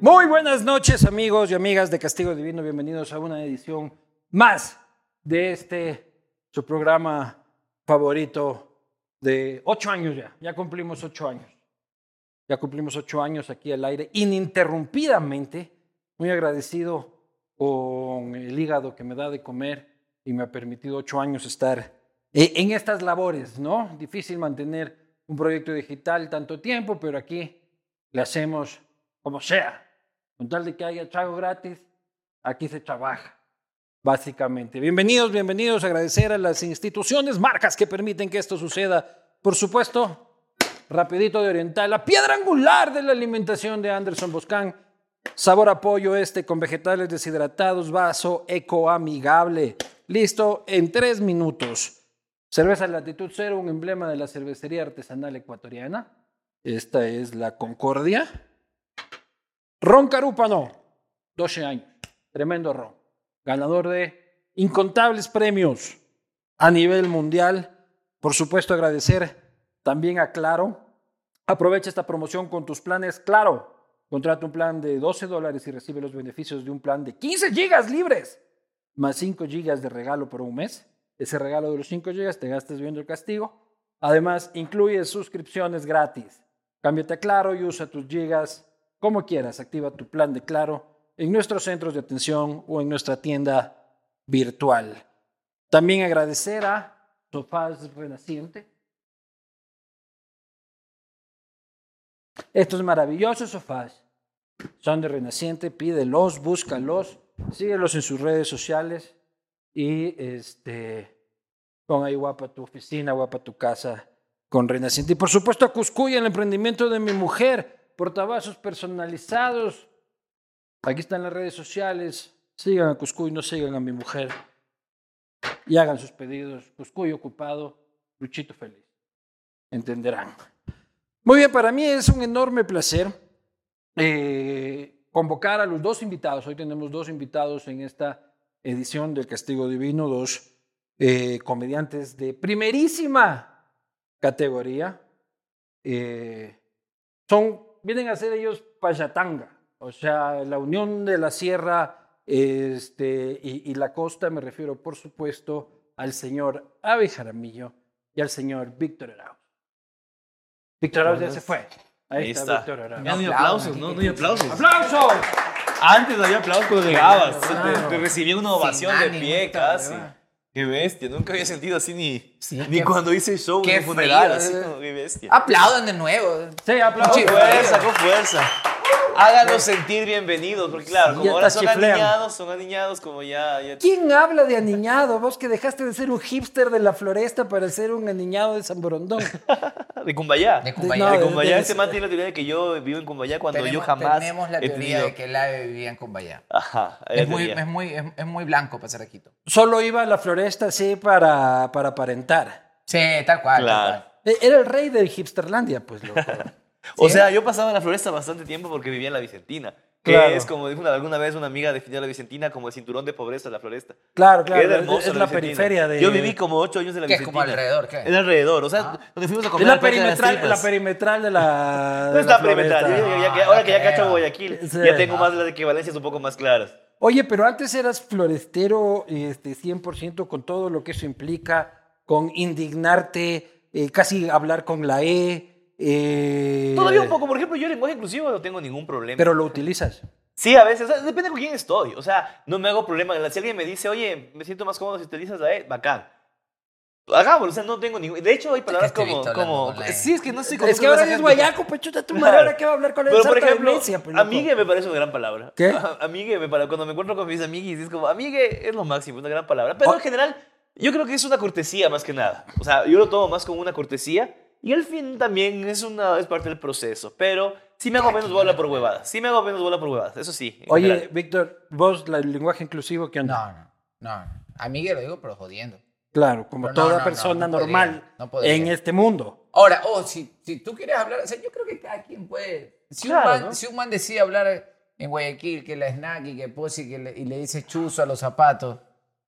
Muy buenas noches amigos y amigas de Castigo Divino, bienvenidos a una edición más de este su programa favorito de ocho años ya, ya cumplimos ocho años, ya cumplimos ocho años aquí al aire ininterrumpidamente, muy agradecido con el hígado que me da de comer y me ha permitido ocho años estar eh, en estas labores, ¿no? Difícil mantener un proyecto digital tanto tiempo, pero aquí le hacemos como sea, con tal de que haya trago gratis, aquí se trabaja, básicamente. Bienvenidos, bienvenidos. Agradecer a las instituciones, marcas que permiten que esto suceda. Por supuesto, rapidito de oriental, la piedra angular de la alimentación de Anderson Boscán. Sabor apoyo este con vegetales deshidratados, vaso ecoamigable. Listo en tres minutos. Cerveza Latitud Cero, un emblema de la cervecería artesanal ecuatoriana. Esta es la Concordia. Ron Carúpano, 12 años, tremendo ron, ganador de incontables premios a nivel mundial. Por supuesto, agradecer también a Claro. Aprovecha esta promoción con tus planes Claro. Contrata un plan de 12 dólares y recibe los beneficios de un plan de 15 gigas libres, más 5 gigas de regalo por un mes. Ese regalo de los 5 gigas te gastas viendo el castigo. Además, incluye suscripciones gratis. Cámbiate a Claro y usa tus gigas como quieras, activa tu plan de Claro en nuestros centros de atención o en nuestra tienda virtual. También agradecer a Sofás Renaciente. Estos maravillosos sofás son de Renaciente, pídelos, búscalos, síguelos en sus redes sociales y este, pon ahí guapa tu oficina, guapa tu casa con Renaciente. Y por supuesto a Cuscuy, el emprendimiento de mi mujer portavasos personalizados. Aquí están las redes sociales. Sigan a Cuscuy, no sigan a mi mujer. Y hagan sus pedidos. Cuscuy ocupado, Luchito feliz. Entenderán. Muy bien, para mí es un enorme placer eh, convocar a los dos invitados. Hoy tenemos dos invitados en esta edición del Castigo Divino, dos eh, comediantes de primerísima categoría. Eh, son, vienen a ser ellos Payatanga, o sea, la unión de la sierra este, y, y, la costa, me refiero, por supuesto, al señor Abe Jaramillo y al señor Víctor Arauz. Víctor Arauz ya se fue. Ahí, Ahí está, Víctor Arauz. No, no hay aplausos, ¿no? No hay aplausos. ¡Aplausos! Antes había aplausos cuando llegabas. Te, te recibía una ovación Sin de pie casi. Qué bestia, nunca había sentido así ni, sí, ni qué, cuando hice show en funeral, así eh. como qué bestia. Aplaudan de nuevo. Sí, aplaudan. Con fuerza, con fuerza. Háganos sentir bienvenidos, porque claro, como ahora son aniñados, son aniñados como ya, ya... ¿Quién habla de aniñado? Vos que dejaste de ser un hipster de la floresta para ser un aniñado de San Borondón. de Cumbayá. De Cumbayá. de Cumbayá. Ese este man tiene la teoría de que yo vivo en Cumbayá cuando tenemos, yo jamás Tenemos la he teoría tenido. de que el ave vivía en Cumbayá. Ajá. Es muy, es, muy, es, es muy blanco para ser de Quito. Solo iba a la floresta así para, para aparentar. Sí, tal cual, Claro. tal cual. E- Era el rey del hipsterlandia, pues, loco. O sea, yo pasaba en la floresta bastante tiempo porque vivía en la Vicentina. Que Claro. es como dijo una- alguna vez una amiga definió a la Vicentina como el cinturón de pobreza de la floresta. Claro, claro. Era es- hermoso es la Vicentina. periferia de... Yo viví como ocho años en la ¿Qué es Vicentina. como alrededor, qué? Ah. En alrededor, o sea, donde fuimos a Es comer. la al Parque de las perimetral, la Tripas. perimetral de la... pues. No de está la floresta. perimetral. Yo- yo- ya que- ahora que ya Ah, cacho ok. Guayaquil, Sí. ya tengo más las equivalencias un poco más claras. Oye, pero antes eras florestero este, 100% con todo lo que eso implica, con indignarte, eh, casi hablar con la E. eh, Todavía un poco, por ejemplo, yo en lenguaje inclusivo no tengo ningún problema. Pero lo utilizas. sí, a veces, o sea, depende con quién estoy. O sea, no me hago problema. Si alguien me dice, oye, me siento más cómodo si utilizas la E, bacán. Hagámoslo, o sea, no tengo ningún. De hecho, hay palabras este como. Víctor como hablando con la E. sí, es que no sé Es que ahora es guayaco, pechuta tu madre, ahora que va a hablar con el Pero, por sarta de ejemplo, Messi, pues, loco. amigue me parece una gran palabra. ¿Qué? A- Amigue, me para, cuando me encuentro con mis amiguis, es como, amigue es lo máximo, es una gran palabra. Pero en general, yo creo que es una cortesía más que nada. O sea, yo lo tomo más como una cortesía y al fin también es, una, es parte del proceso. Pero sí me hago menos bola por huevadas. Sí me hago menos bola por huevadas, eso sí. en Oye, general. Víctor, vos, la- el lenguaje inclusivo que anda. No, no, no. A mí que lo digo, pero jodiendo. Claro, como No, no, toda no, persona no, no podría, normal no podría. en este mundo. Ahora, oh, si, si tú quieres hablar, o sea, yo creo que cada quien puede. Si, Claro, un, man, ¿no? si un man decide hablar en Guayaquil, que la snack y que posi que le- y le dice chuzo a los zapatos,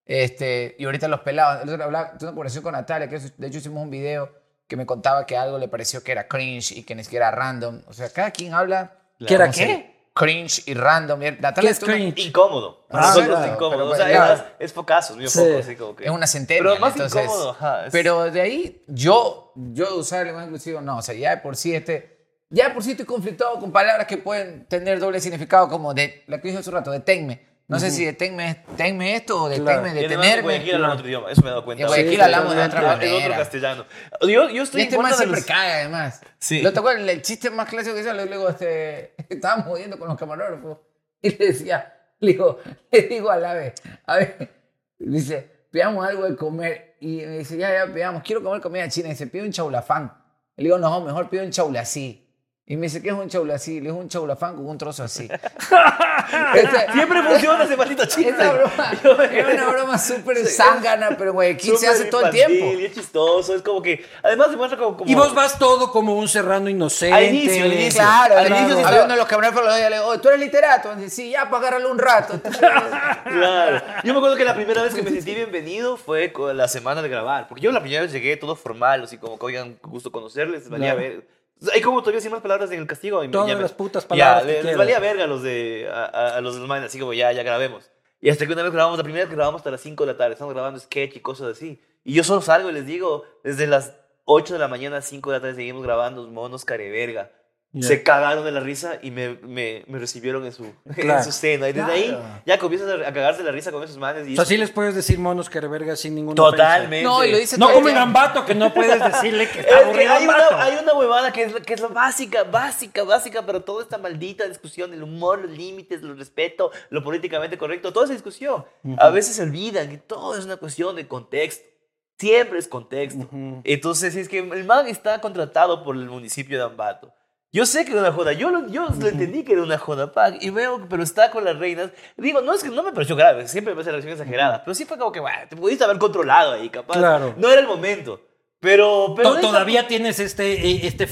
Este, y ahorita los pelados. El otro día hablaba, tuve una conversación con Natalia, que es- de hecho hicimos un video que me contaba que algo le pareció que era cringe y que ni siquiera era random. O sea, cada quien habla. ¿Qué era como qué? si- Cringe y random. Mira, Natalia ¿Qué es tuvo una- cringe? Incómodo. Para Ah, nosotros claro, incómodo. pero o sea, bueno, es, claro. más- es focazo, yo Sí. foco, así como que. Es una centena. Pero más entonces, incómodo, ajá. es- Pero de ahí, yo, yo usar el lenguaje inclusivo, no. O sea, ya de por sí este. Ya de por sí estoy conflictado con palabras que pueden tener doble significado, como de la que dije hace un rato, deténme. No sé si deténme, es- deténme esto o Claro. deténme, Y además, en detenerme. Guayaquil hablan otro idioma, eso me he dado cuenta. En Guayaquil Sí, hablamos de es otra otro- Es otro manera. castellano. Yo, yo Y estoy en este contra más de siempre los... cae, además. Sí. Lo tocó el, el chiste más clásico que hizo, le digo, este, estábamos jodiendo con los camarógrafos. Y le decía, le digo, le digo a la vez, a ver, dice, pidamos algo de comer. Y me dice, ya, ya, pidamos, quiero comer comida china. Y dice, pide un chaulafán. Le digo, no, mejor pide un chaulací. Y me dice, ¿qué es un chaulací? Le digo, un chaulafán con un trozo así. Este- Siempre funciona ese maldito chiste. esa broma Yo- es una broma súper zángana, pero güey, aquí se Súper hace todo el infantil, tiempo. Y es chistoso, es como que. Además, se muestra como. como Y vos vas todo como un serrano inocente. Al inicio, al inicio. Claro, Al al inicio sí inicio estaba- había uno de los camarógrafos le digo, "Oye, tú eres literato. Dice, sí, ya, pues agárralo un rato. Claro. Yo me acuerdo que la primera vez que me sentí bienvenido fue con la semana de grabar. Porque yo la primera vez llegué todo formal, así como que oigan, gusto conocerles, valía Claro. ver. Hay como todavía así más palabras en el castigo. y me- Todas ya me- las putas ya, palabras que les quieras. valía verga a los de a, a- a los de los man, así como ya, ya grabemos. Y hasta que una vez grabamos, la primera vez que grabamos hasta las 5 de la tarde, estamos grabando sketch y cosas así. Y yo solo salgo y les digo, desde las 8 de la mañana a 5 de la tarde seguimos grabando, monos careverga. Ya. Se cagaron de la risa y me, me, me recibieron en su, en Claro. su cena. Y desde Claro. ahí ya comienzas a a cagarse la risa con esos manes. Y O sea, sí les puedes decir monos que verga sin ningún Totalmente. No, y lo dice No todo el como el tiempo. gambato que no puedes decirle que Es que está aburrido hay, el una, hay vato. una huevada que es, la- que es la básica, básica, básica, pero toda esta maldita discusión, el humor, los límites, el respeto, lo políticamente correcto, toda esa discusión. A veces se olvidan que todo es una cuestión de contexto. Siempre es contexto. Ujú. Entonces, si es que el man está contratado por el municipio de Ambato. Yo sé que era una joda, yo lo, yo lo entendí que era una joda, pa, y veo, pero está con las reinas. Digo, no es que no me pareció grave, siempre me parece reacción exagerada, pero sí fue como que, bueno, te pudiste haber controlado ahí, capaz. Claro. No era el momento. Pero, pero To- Todavía tienes este, eh, este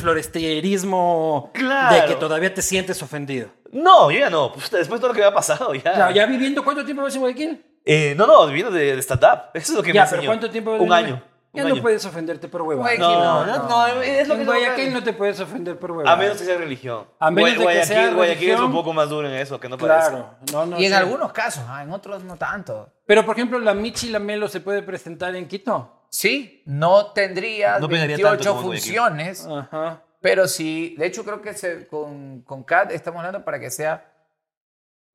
floresterismo Claro. de que todavía te sientes ofendido. No, yo ya no. Puta, después de todo lo que me ha pasado, ya. Claro, ya viviendo, ¿cuánto tiempo vas en Guayaquil? Eh, no, no, vino de, de stand-up. Eso es lo que me Ya, enseñó. pero ¿cuánto tiempo? Un año. Ya un no año. puedes ofenderte por huevada. Guayaquil, No, no, no, es lo que en no- Guayaquil no te puedes ofender por huevada. A menos que sea religión. A menos de que Guayaquil, sea Guayaquil es religión. un poco más duro en eso, que no parece. Claro. No, no, Y en sí. algunos casos, ah, en otros no tanto. Pero, por ejemplo, la Michi Lamelo se puede presentar en Quito. Sí, no tendría No pegaría tanto 28 como en Guayaquil. funciones, Ajá. pero sí, de hecho creo que se- con, con Kat estamos hablando para que sea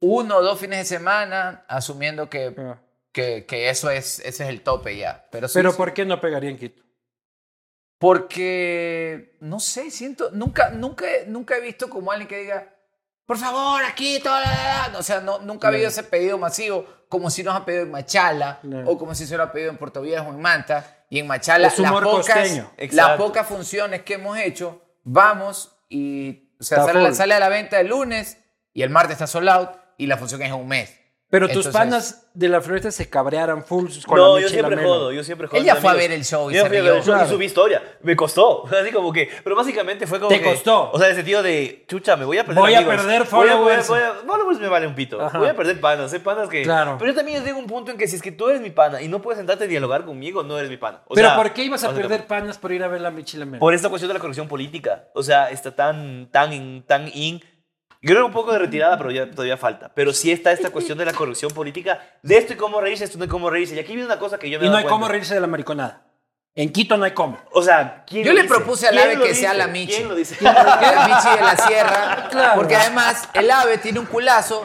uno o dos fines de semana, asumiendo que, que, que eso es, ese es el tope ya. Pero, sí, Pero, sí. ¿por qué no pegaría en Quito? Porque, no sé, siento, nunca, nunca, nunca he visto como alguien que diga, por favor, aquí, toda la, la, la". O sea, no, nunca ha habido ese pedido masivo, como si nos ha pedido en Machala, Claro. o como si se lo ha pedido en Puerto Viejo, en Manta, y en Machala, Es las humor pocas, costeño. las Exacto. pocas funciones que hemos hecho, vamos y, o sea, Está sale, a la- full. sale a la venta el lunes, y el martes está sold out, y la función es en un mes. Pero tus Entonces, panas de la floresta se cabrearan full pues, con no, la yo Michi siempre Lamelo. jodo, yo siempre jodo. Ella mis fue a amigos. ver el show y Yo se fui a ver rió. el show y Claro. subí historia. Me costó. Así como que. Pero básicamente fue como. Te que- costó. O sea, en el sentido de. Chucha, me voy a perder. Voy a amigos. perder Voy a- followers. Voy a, voy a- followers me vale un pito. Ajá. Voy a perder panas. Hay panas que. Claro. Pero yo también llego a un punto en que si es que tú eres mi pana y no puedes sentarte a dialogar conmigo, no eres mi pana. O Pero, sea, ¿por qué ibas a básicamente. perder panas por ir a ver la Michi Lamelo? Por esta cuestión de la corrección política. O sea, está tan, tan, in- tan in. Yo creo que un poco de retirada, pero ya todavía falta. Pero sí está esta cuestión de la corrección política. De esto y cómo reírse, esto no hay cómo reírse. Y aquí viene una cosa que yo Y me he no dado hay cómo cuenta. reírse de la mariconada. En Quito no hay cómo. O sea, ¿quién Yo lo le dice? propuse al ¿Quién ave lo que sea dice? la Michi. ¿Quién lo dice? Porque es Michi de la Sierra. Claro. Porque además el ave tiene un culazo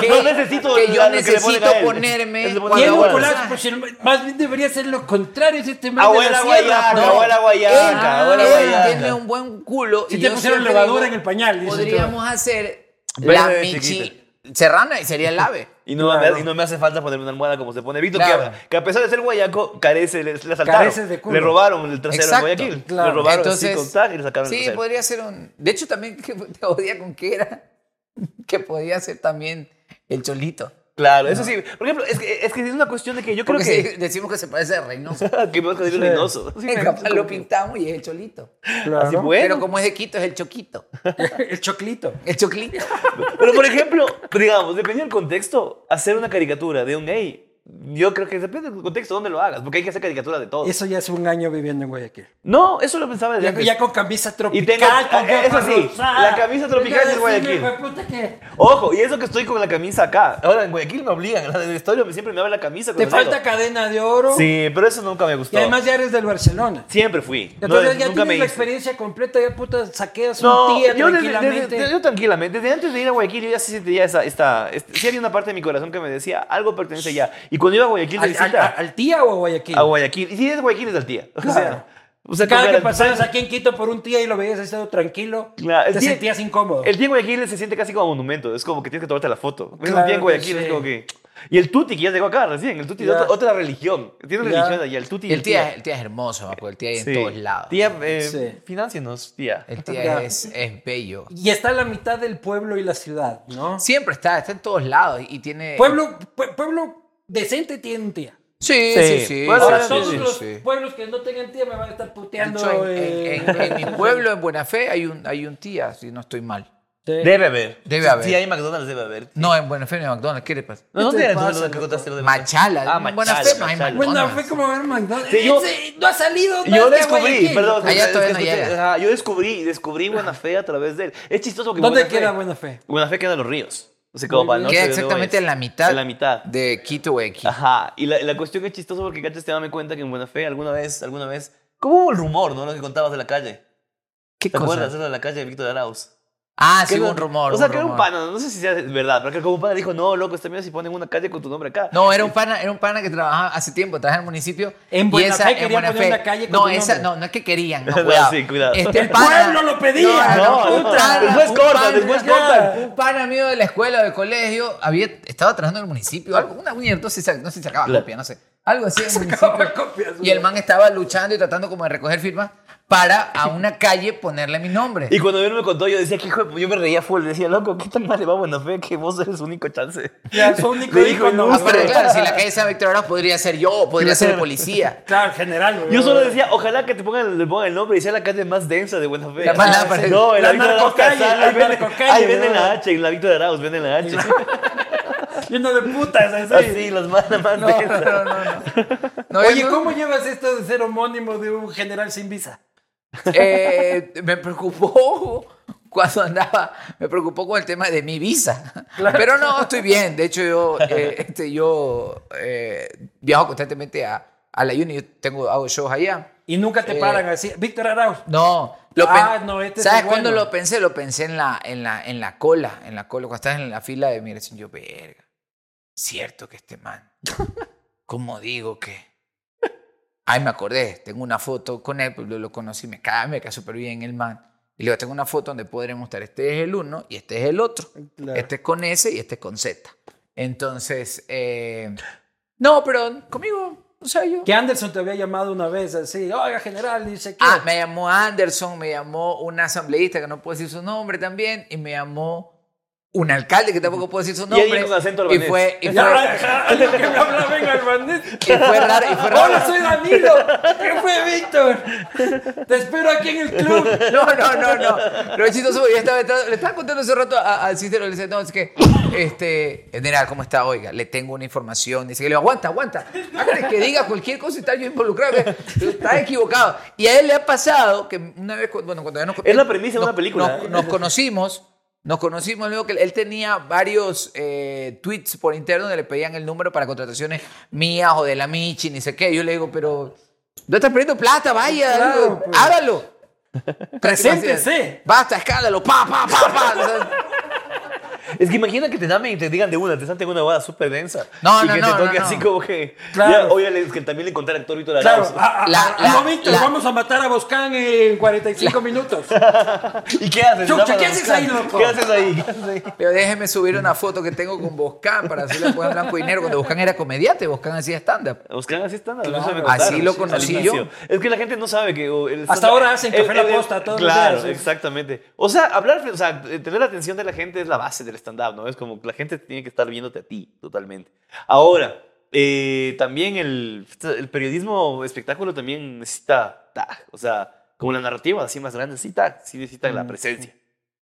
que, No necesito que la- yo lo que le ponen necesito a él. Él ponerme. le pone Y Bueno, el bueno. Ah, Nicolás, pues, el- más bien debería ser lo contrario, si este man de la Abuela sierra, guayaca, ¿no? abuela guayaca, Ah, abuela él guayaca. tiene un buen culo. Si y te yo pusieron siempre levadura en el pañal, dices tú. Podríamos hacer Verde la de Michi chiquita. serrana y sería el ave. Y no, Claro. me, y no me hace falta ponerme una almohada como se pone Víctor, Claro. que, que a pesar de ser guayaco, carece, le, le asaltaron. Careces de culo. Le robaron el trasero al Exacto, guayaquil. Le claro. robaron el Entonces, cinco tag y le sacaron el sí, trasero. podría ser un. De hecho, también que te odia con que era. Que podía ser también el cholito. Claro, eso sí. Por ejemplo, es que, es que es una cuestión de que yo creo Porque que... si decimos que se parece a Reynoso. que me vas a decir Reynoso. Sí, me- Capaz lo pintamos y es el cholito. Claro. Así bueno. Pero como es de Quito, es el choquito. El choclito. El choclito. Pero, por ejemplo, digamos, dependiendo del contexto, hacer una caricatura de un gay Yo creo que depende del contexto donde lo hagas, porque hay que hacer caricaturas de todo. Eso ya es un año viviendo en Guayaquil. No, eso lo pensaba desde Ya, antes. ya con camisa tropical. y tengo, con eh, eso ropa sí, rosada. la camisa tropical Venga, es Guayaquil. decime, hueputa, que Ojo, y eso que estoy con la camisa acá. Ahora en Guayaquil me obligan, en el estudio siempre me abre la camisa. Te cuando salgo. falta cadena de oro. Sí, pero eso nunca me Y gustó. además ya eres del Barcelona. siempre fui. No, Entonces ya nunca me tienes la hice. experiencia completa, ya puta, saqueas un No, tía yo desde- tranquilamente. desde- yo tranquilamente. Desde antes de ir a Guayaquil, yo ya sí sentía esa. Esta, este- sí había una parte de mi corazón que me decía algo pertenece allá. Y cuando iba a Guayaquil, de ¿Al, al- visita, al tía o a Guayaquil? a Guayaquil. Y si es Guayaquil, es al tía. O Claro. sea, o sea, Cada como que era- pasabas aquí en Quito por un tía y lo veías estado tranquilo, Claro, el te tía- sentías incómodo. El tiempo de Guayaquil se siente casi como monumento. Es como que tienes que tomarte la foto. Es Claro el tiempo de Guayaquil que es sí. como que. Y el Tuti, que ya llegó acá recién. El Tuti es Ya. otra, otra religión. Tiene Ya. religión allá. El Tuti. y El tía, el tía es hermoso, me acuerdo, el tía hay Sí. en todos lados. Tía, eh, Sí. fináncienos, tía. El Ya. tía es, es bello. Y está a la mitad del pueblo y la ciudad, ¿no? Siempre está, está en todos lados y tiene... Pueblo, pue- pueblo decente tiene un tía. Sí, Sí. sí, sí. Pueblo- Ahora sí, todos sí, los sí. pueblos que no tengan tía me van a estar De puteando. hecho, en, eh. en- en- en mi pueblo, en Buena Fe, hay un, hay un tía, si no estoy mal. Sí. Debe haber. Debe haber. Sí, hay McDonald's, debe haber. No, en Buena Fe no hay McDonald's, ¿qué le pasa? No, ¿dónde te era el pasa, McDonald's que contaste lo de Machala, Ah, en Buena Machala, Fe no hay Machala. Bueno, McDonald's. fue como ver McDonald's. Sí, yo- Ese no ha salido más Yo que descubrí, Guayaquil. perdón. Allá es que todavía no escuché- llega. ajá, Yo descubrí, descubrí Buena Fe a través de él. Es chistoso porque ¿Dónde Buena Fe- queda Buena Fe? Buena Fe queda en los ríos. O sea, como para el norte Queda de Nueva exactamente York. en la mitad. En la mitad. De Quito, Guayaquil. Ajá, y la, la cuestión es chistoso porque Cacho te dame cuenta que en Buena Fe alguna vez, alguna vez, ¿cómo hubo el rumor, no? Lo que contabas de la calle. ¿Qué ¿Te acuerdas cosa? eso de la calle de Víctor Arauz? Ah, Que sí, hubo era- un rumor. O sea, hubo que era un rumor. pana, no sé si sea verdad, pero que como un pana dijo, no, loco, está miedo si ponen una calle con tu nombre acá. No, era un pana, era un pana que trabajaba hace tiempo, trabajaba en el municipio. En y Buena esa- Fe en querían Buena poner Fe- una calle con No, tu esa, nombre. no, no es que querían, no, No, cuidado. sí, cuidado. Este El pana- pueblo lo pedía, no, un no. Después un cortan, pana- después cortan. Un pana mío de la escuela o del colegio había estaba trabajando en el municipio, algo, una universidad, no sé, si sa- no sé si sacaba Claro. copia, no sé. Algo así en el Sacaba municipio. copias, y el man estaba luchando y tratando como de recoger firmas para a una calle ponerle mi nombre. Y cuando él me contó, yo decía, que hijo de pu-". yo me reía full, decía, loco, ¿qué tan mal le va a Buena Fe que vos eres su único chance? Ya, su único Le dijo, hijo, no. ilustre. Aparte, Ah, claro, si la calle sea Víctor Arauz, podría ser yo, podría ser el policía. Claro, general. güey. Yo solo decía, ojalá que te pongan, le pongan el nombre y sea la calle más densa de Buena Fe. La más- la más- no, en la la Víctor Arauz narcocalle, Casal, la ahí venden- narcocalle, Ahí venden ¿no? la H, en la Víctor Arauz venden la H. lleno de putas. así. Así, las más, las más densas. No, no, no. No, Oye, yo- ¿cómo llevas esto de ser homónimo de un general sin visa? Eh, me preocupó cuando andaba, me preocupó con el tema de mi visa. Pero no, estoy bien. De hecho, yo, eh, este, yo eh, viajo constantemente a, a la uni, yo tengo, hago shows allá. Y nunca te Eh. paran así. Víctor Arauz. No, lo Ah, pen- no, este es ¿sabes el cuándo bueno. lo pensé? Lo pensé en la, en, la, en la cola, en la cola, cuando estás en la fila de migración, yo, verga, cierto que este man, ¿cómo digo que? Ay, me acordé, tengo una foto con él, pues, lo, lo conocí, me cae, me cae súper bien el man. Y luego tengo una foto donde podremos estar, este es el uno y este es el otro. Claro. Este es con S y este es con Z. Entonces, eh, no, pero conmigo, o sea, yo... Que Anderson te había llamado una vez así. Oiga, general, dice que. Ah, me llamó Anderson, me llamó una asambleísta que no puedo decir su nombre también, y me llamó un alcalde que tampoco puedo decir su alguien nombre. con acento y albanés. fue, y Ya, fue, ya, ya, lo que me hablaba en albanés. y fue raro, y fue Hola, raro. soy Danilo. ¿Qué fue, Víctor? Te espero aquí en el club. No, no, no, no. Lo chistoso, yo estaba detrás- le estaba contando hace rato a- al sister, le dice, no, es que, este, general, ¿cómo está? Oiga, le tengo una información. Dice que le digo, aguanta, aguanta. Antes que diga cualquier cosa y estar yo involucrado, que está equivocado. Y a él le ha pasado que una vez, cu- bueno, cuando ya nos Es la premisa de una nos- película. Nos, nos conocimos, nos conocimos luego que él tenía varios eh, tweets por interno donde le pedían el número para contrataciones mías o de la Michi, ni sé qué. Yo le digo, pero no estás perdiendo plata, vaya, Claro, algo, pues. hágalo. Preséntese. Basta, escándalo, pa, pa, pa, pa. O sea, Es que imagina que te llamen y te digan de una, te salten una guada súper densa. No, y no, que no, te toque no, no. así como que. Claro. Ya, oye, le- que también le encontré al actor Víctor Claro, Arauz. a- a- La- a- la- no, Víctor, la- vamos a matar a Boscán en 45 minutos. ¿Y qué haces? Chucha, Llamas a ¿qué haces buscar. ahí, loco? ¿Qué haces ahí? ¿Qué haces ahí? Pero déjeme subir una foto que tengo con Boscán para hacerle la en blanco y negro. Cuando Boscán era comediante, Boscán hacía stand-up. Buscan así estándar. Claro. eso me Así contaron, lo sí, conocí al yo. inicio. Es que la gente no sabe que. o, el Hasta estándar- ahora hacen café la posta todos los Claro, días, sí. exactamente. O sea, hablar, o sea, eh, tener la atención de la gente es la base del stand-up, ¿no? Es como que la gente tiene que estar viéndote a ti totalmente. Ahora, eh, también el, el periodismo espectáculo también Mm. necesita tag. O sea, como la narrativa así más grande, sí tag, sí necesita la presencia.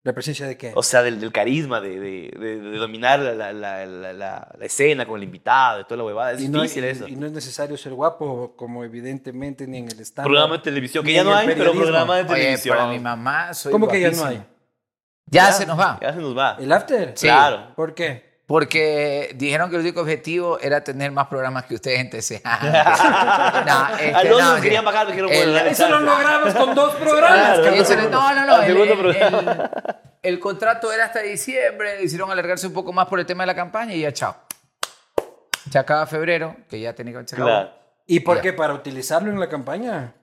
¿La presencia de qué? O sea, del, del carisma, de, de- de- de dominar la, la- la- la- la- la escena con el invitado, de toda la huevada. Es y, no, difícil y- eso. y no es necesario ser guapo, como evidentemente ni en el stand. programa de televisión, que ni ya en no el hay, pero periodismo. programa de Oye, televisión. para mi mamá soy ¿Cómo que ya no guapísimo. hay? Ya, se nos va. Ya se nos va. ¿El after? Sí. Claro. ¿Por qué? Porque dijeron que el único objetivo era tener más programas que ustedes en TC. no, este, Alonso no, nos querían bajar, dijeron, el- bueno, dale Eso lo chance. logramos con dos programas. Claro, cabrón. y eso le- no, no, no. Al El, segundo el- programa. el- el contrato era hasta diciembre. Hicieron alargarse un poco más por el tema de la campaña y ya chao. Se acaba febrero, que ya tenía que haber acabado. Claro. ¿Y por qué? ¿Para utilizarlo en la campaña?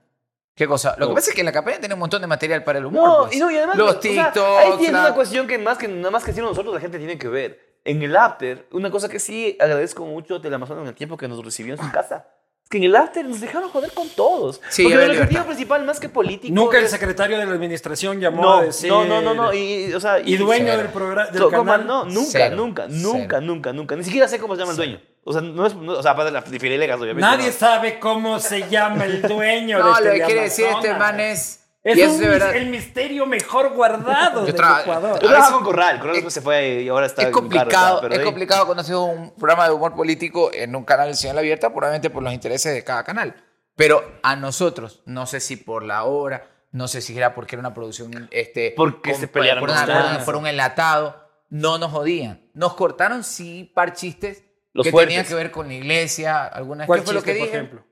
¿Qué cosa? Lo No. que pasa es que en la campaña tiene un montón de material para el humor. No, pues. y no, y además. Los o sea, TikToks. ahí tienes la- una cuestión que más que nada más que hicieron nosotros, la gente tiene que ver. En el after, una cosa que sí agradezco mucho del Amazonas en el tiempo que nos recibió en su casa. Es que en el after nos dejaron joder con todos. Sí, Porque había el objetivo libertad. principal, más que político. Nunca el es- secretario de la administración llamó no, a decir... no, no, no, no, Y, y- o sea, Y dueño Cero. del programa, del So, canal. Goldman, no, nunca, Cero. nunca, Cero. nunca, nunca, nunca. Ni siquiera sé cómo se llama el dueño. O sea, no es, no- o sea, aparte de las filegas, obviamente. Nadie no. sabe cómo se llama el dueño No, de lo este que quiere decir este Amazonas. man es. y Es eso un de mis- verdad- el misterio mejor guardado Yo del tra- Ecuador. Yo A trabajaba veces- con Corral, Corral después se fue y ahora está Es en Barra, complicado, pero es ahí- complicado cuando haces un programa de humor político en un canal de señal abierta, probablemente por los intereses de cada canal. Pero a nosotros, no sé si por la hora, no sé si era porque era una producción este, Porque se pelearon por, con una- ustedes. por un enlatado, no nos jodían. Nos cortaron sí par chistes Los que fuertes. tenían que ver con la iglesia, algunas ¿Cuál ¿qué fue lo que chiste, por dije? ejemplo?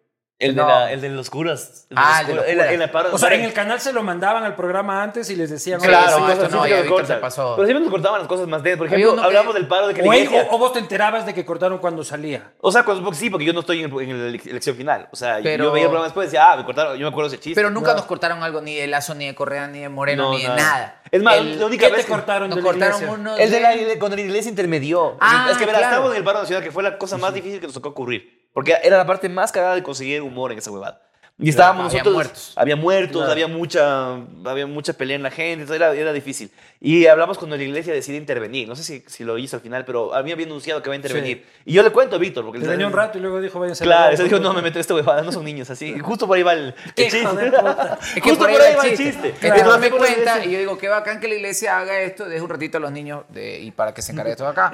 El, de No. la, el de los curas. El de Ah, los el de curas. los En la- curas. en la parada- O sea, en el canal se lo mandaban al programa antes y les decían... Claro, "Oye, sí, esto cosas cosas así no, que ya lo Víctor se cortan. pasó. Pero siempre nos cortaban las cosas más de. Por Había ejemplo, uno que- hablamos del paro de que la O, él- iglesia- o- o vos te enterabas de que cortaron cuando salía. O sea, cuando- porque sí, porque yo no estoy en, el- en la ele- elección final. O sea, Pero- yo veía el programa después y decía, ah, me cortaron, yo me acuerdo de ese chiste. Pero nunca No. nos cortaron algo ni de Lazo, ni de Correa, ni de Moreno, No, ni de nada. nada. Es más, El- este la única ¿Qué vez te que- cortaron nos de la cortaron iglesia? uno El de la, ile- cuando la iglesia intermedió. Ah, es que verás, claro. estábamos en el paro nacional, que fue la cosa más difícil que nos tocó ocurrir. Porque era la parte más cagada de conseguir humor en esa huevada. Y estábamos había nosotros. muertos. Había muertos, Claro. había, mucha, había mucha pelea en la gente, entonces era, era difícil. Y hablamos cuando la iglesia decide intervenir. No sé si, si lo hizo al final, pero a mí había anunciado que va a intervenir. Y yo le cuento a Víctor. porque Le le- dañó un rato y luego dijo, váyanse a la Claro, verga". eso dijo, no, me meto esta huevada, no son niños, así. Justo por ahí va el, el Hijo chiste. de puta. Es que Justo por ahí va el chiste. chiste. Entonces Entonces, me por ahí cuenta dice- y yo digo, qué bacán que la iglesia haga esto, deje un ratito a los niños de- y para que se encargue todo acá.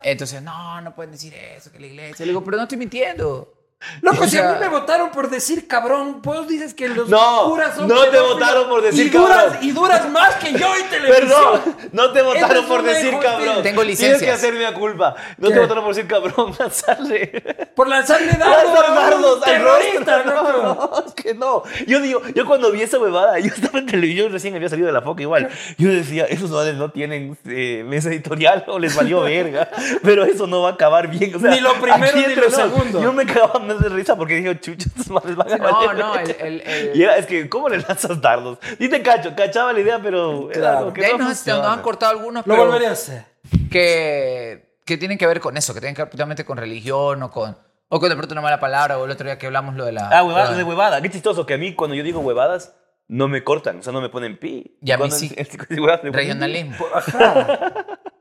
Entonces, no, no pueden decir eso, que la iglesia. Le digo, pero no estoy mintiendo. Loco, O si sea- a mí me votaron por decir cabrón, vos dices que los No, curas son no te pedófilos votaron por decir y duras- cabrón. Y duras más que yo en televisión. Perdón, no te Esto votaron es por una decir injusticia. cabrón. Tengo Tienes que licencias. hacerme la culpa. No ¿Qué? te votaron por decir cabrón, Manzarre. Por lanzarle dardos Lanzar a un dardos al terrorista, rostro. loco. No, no, es que no. Yo digo, yo cuando vi esa huevada, yo estaba en televisión, recién había salido de la foca igual. Yo decía, esos madres no tienen eh, mesa editorial o les valió verga. Pero eso no va a acabar bien. O sea, Ni lo primero aquí ni entre lo nos, segundo. Yo me cagaba más de risa porque dije, chucha, estos madres van a No, valer no, el... verga". el, Y el- era, es que, ¿cómo le lanzas dardos? Dice cacho, cachaba la idea, pero. era Claro. algo que de ahí no nos, funciona. nos han cortado algunos, Lo pero volvería a hacer. que, que tienen que ver con eso, que tienen que ver justamente con religión o con... O con de pronto una mala palabra, o el otro día que hablamos lo de la... Ah, huevada, lo de huevada. Qué chistoso que a mí cuando yo digo huevadas no me cortan, o sea, no me ponen pi. Y a mí Cuando este sí. el- el- huevadas me ponen pi. Regionalismo.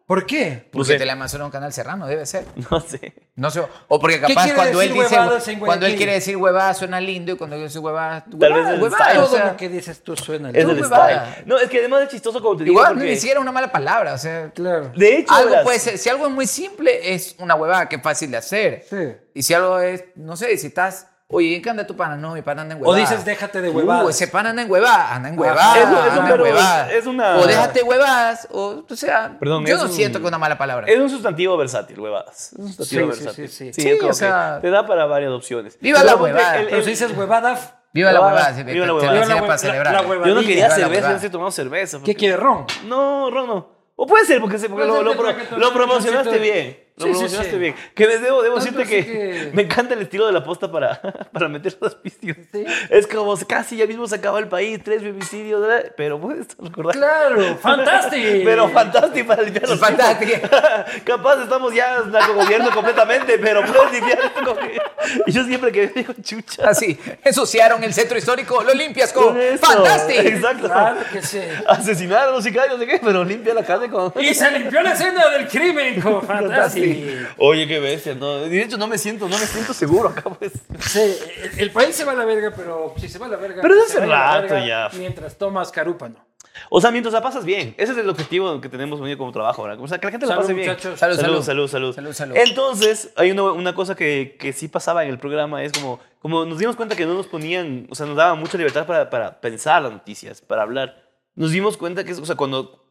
¿Por qué? No Porque sé. te la Amazonas es un canal serrano, debe ser. No sé. No sé, o porque capaz quiere cuando él decir dice huevadas en cuando él Guayaquil? quiere decir huevada suena lindo y cuando él dice huevada Tal vez el style. huevada, o Todo sea, lo que dices tú suena. Es Tú, del huevada. style. No, es que además es chistoso como te digo. igual no porque- ni siquiera una mala palabra, o sea, Claro. De hecho, algo verás, puede ser, si algo es muy simple es una huevada que es fácil de hacer. Sí. Y si algo es, no sé, si estás, oye, ¿en qué anda tu pana? No, mi pana anda en O huevada. dices, déjate de huevadas. Uh, ese pana anda en huevada, anda en Ah, huevada, es- es un anda en verbo, huevada. es- es una- O déjate huevadas, o, o sea, Perdón, yo es no un- siento que es una mala palabra. Es un sustantivo versátil, huevadas. Es un sustantivo Sí, sí, versátil. sí, sí. Sí, es como o sea- que Te da para varias opciones. Viva Pero la ponte huevada. el- el- Pero si dices huevada, Viva la Huevada, huevada, se- te- viva la te lo huevada. decía Viva la para hue- celebrar. la- la huevada. Yo no Viva quería la cerveza, yo huevada. no sé tomar cerveza. ¿qué porque- quiere ron? No, Ron no. O puede ser, porque, se- porque Puede ser lo, lo que pro- el raquetón lo sea un promocionaste chiste. bien. Lo Sí, sí, promocionaste sí. bien. Que les debo, debo Tanto decirte que, así que- me encanta el estilo de la posta para, para meter las piscinas. Sí. Es como casi ya mismo se acaba el país, tres homicidios, ¿verdad? pero pues, puedes recordar. Claro, fantástico. Pero fantástico para limpiar los Fantástico. pisos. Capaz estamos ya en gobierno completamente, pero puedes limpiar. esto con que- Y yo siempre que digo chucha. Así, ensuciaron el centro histórico, lo limpias con con esto. Fantastic. Exacto. Claro que sí. Asesinar a los sicarios, no sé qué, pero limpia la calle con. Y se limpió la escena del crimen con fantástico. Oye, qué bestia, no. De hecho, no me siento, no me siento seguro acá, pues. Sí, el- el país se va a la verga, pero si se va a la verga. Pero que hace se vaya a la rato verga ya. Mientras tomas carúpano. O sea, mientras la pasas bien. Ese es el objetivo que tenemos unido como trabajo, ¿verdad? O sea, que la gente la Salud, pase bien. muchachos. Salud, salud, salud. salud, salud. Salud, salud. Entonces, hay una, una cosa que, que sí pasaba en el programa, es como, como nos dimos cuenta que no nos ponían, o sea, nos daban mucha libertad para, para pensar las noticias, para hablar. Nos dimos cuenta que, es- o sea, cuando,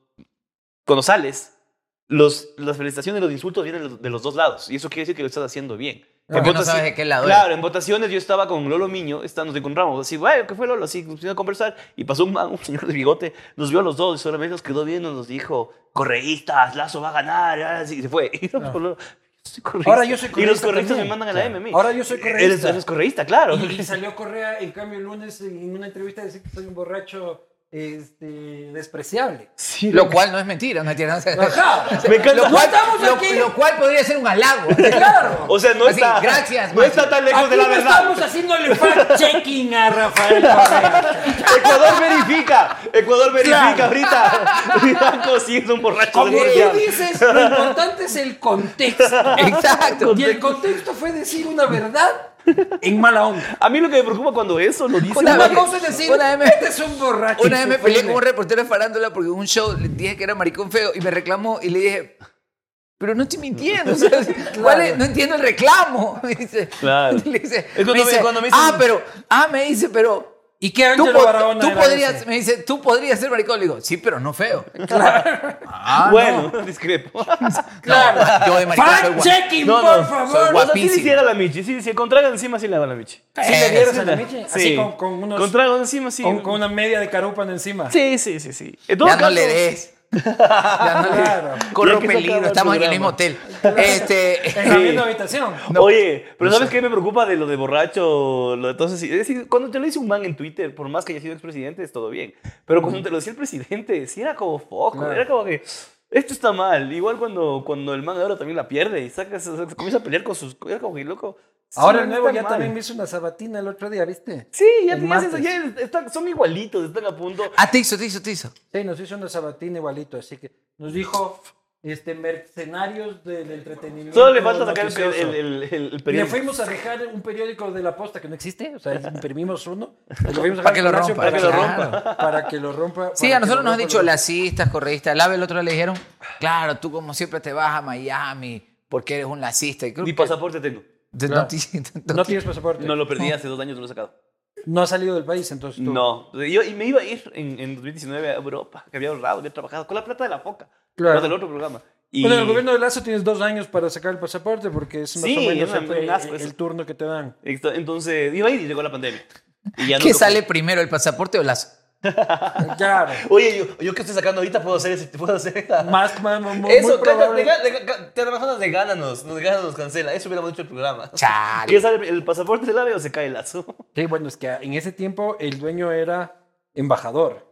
cuando sales, los, las felicitaciones, los insultos vienen de los- de los dos lados. Y eso quiere decir que lo estás haciendo bien. Porque Ah, En no votaci- sabes de qué lado Claro, en votaciones yo estaba con Lolo Miño, está- nos encontramos, así, bueno, ¿qué fue Lolo? Así, nos pusimos a conversar y pasó un, man, un señor de bigote, nos vio a los dos y solamente nos quedó viendo, nos dijo, correístas, Lazo va a ganar, ah, sí, y se fue. Y nosotros, Lolo, yo soy correísta. Ahora yo soy Y los correísta correístas también. me mandan a la M a mí. Ahora yo soy correísta. Eres, eres correísta, claro. Y, y salió Correa, en cambio, el lunes en una entrevista a decir que soy un borracho este, despreciable. Sí, Lo cual no es mentira, no es mentira, no sé. Ajá. me encanta. Lo cual, estamos lo- aquí. lo cual podría ser un halago. Claro. o sea, no Así, está. gracias, No Maxi. está tan lejos Aquí de la no verdad. estamos haciéndole fact-checking a Rafael Correa. Ecuador verifica. Ecuador verifica Claro. ahorita. Franco sí es un borracho Como tú despreciable. dices, lo importante es el contexto. Exacto. Y el contexto fue decir una verdad en mala onda. A mí lo que me preocupa cuando eso lo dice Una una Una vez- cosa es decir, una vez me- este es un borracho. Una vez me peleé con un insufrible. reportero de farándula porque en un show le dije que era maricón feo y me reclamó y le dije, pero no estoy mintiendo. o sea, ¿cuál es? No entiendo el reclamo. Me dice, Claro. le dice- Es cuando me me- dice, cuando me dicen- ah, pero, ah, me dice, pero... ¿Y qué Tú, Ángelo po- Barahona tú era podrías, ese? me dice, tú podrías ser maricón. Le digo, sí, pero no feo. Ah, Bueno, discrepo. Claro. Yo de maricón soy guapo. Fact-checking, No, no, por soy favor. O sea, sí Guapísimo. le hiciera la Michi. Sí, sí, con trago encima sí le daba la Michi. Si le dieras Sí, a la Michi, así con, con unos- Con trago encima sí. con- con una media de carúpano encima. Sí, sí, sí, sí. En todo Ya no caso- le des. Ya no le Claro. Corro Ya que se acaba el peligro, estamos en el programa. mismo hotel. Este, En la misma habitación. Oye, pero ¿sabes qué me preocupa de lo de borracho? Lo de entonces, es decir, cuando te lo dice un man en Twitter, por más que haya sido expresidente, es todo bien. Pero cuando te lo decía el presidente, sí era como foco, Claro. era como que esto está mal. Igual cuando, cuando el man ahora también la pierde y saca, se- se- comienza a pelear con sus. Era como que loco. sí, Ahora el no nuevo está ya mal. también me hizo una sabatina el otro día, ¿viste? Sí, ya, El ya se- martes. ya están- son igualitos, están a punto. ah, te hizo, te hizo, te hizo. Sí, nos hizo una sabatina igualito, así que nos dijo este mercenarios del entretenimiento. Solo le falta sacar el, noticioso. el, el, el- el Le periódico. fuimos a dejar un periódico de la posta que no existe, o sea, imprimimos uno. y lo fuimos a dejar Para que lo al Palacio rompa. para que lo rompa, Para que lo rompa. Sí, para a que nosotros lo nos han rompa, dicho lo- lacistas, correístas. Lave el otro le dijeron, claro, tú como siempre te vas a Miami porque eres un lacista. Y creo Mi que- pasaporte tengo. de- Claro. no te- No tienes pasaporte. No No, lo perdí hace dos años, no lo he sacado. has salido del país, entonces tú. No. Yo, y me iba a ir en, en 2019 a Europa, que había ahorrado, había trabajado con la plata de la foca. Claro. Claro. del otro programa. Y Bueno, en el gobierno de Lazo tienes dos años para sacar el pasaporte porque es más Sí, o menos es una- siempre un asco el, eso. el turno que te dan. Esto- Entonces, iba a ir y llegó la pandemia. Y ya no ¿Qué tocó. sale primero, el pasaporte o el lazo? Claro. Oye, yo, yo que estoy sacando ahorita puedo hacer ese, puedo hacer esa. Más, más, más muy Eso, canta, probable. de, ga- de, ga- te razonas de gánanos, nos gánanos, nos cancela. Eso hubiéramos hecho el programa. ¿Qué Chale. sale? ¿El pasaporte del ave o se cae el lazo? Sí, bueno, es que en ese tiempo el dueño era embajador.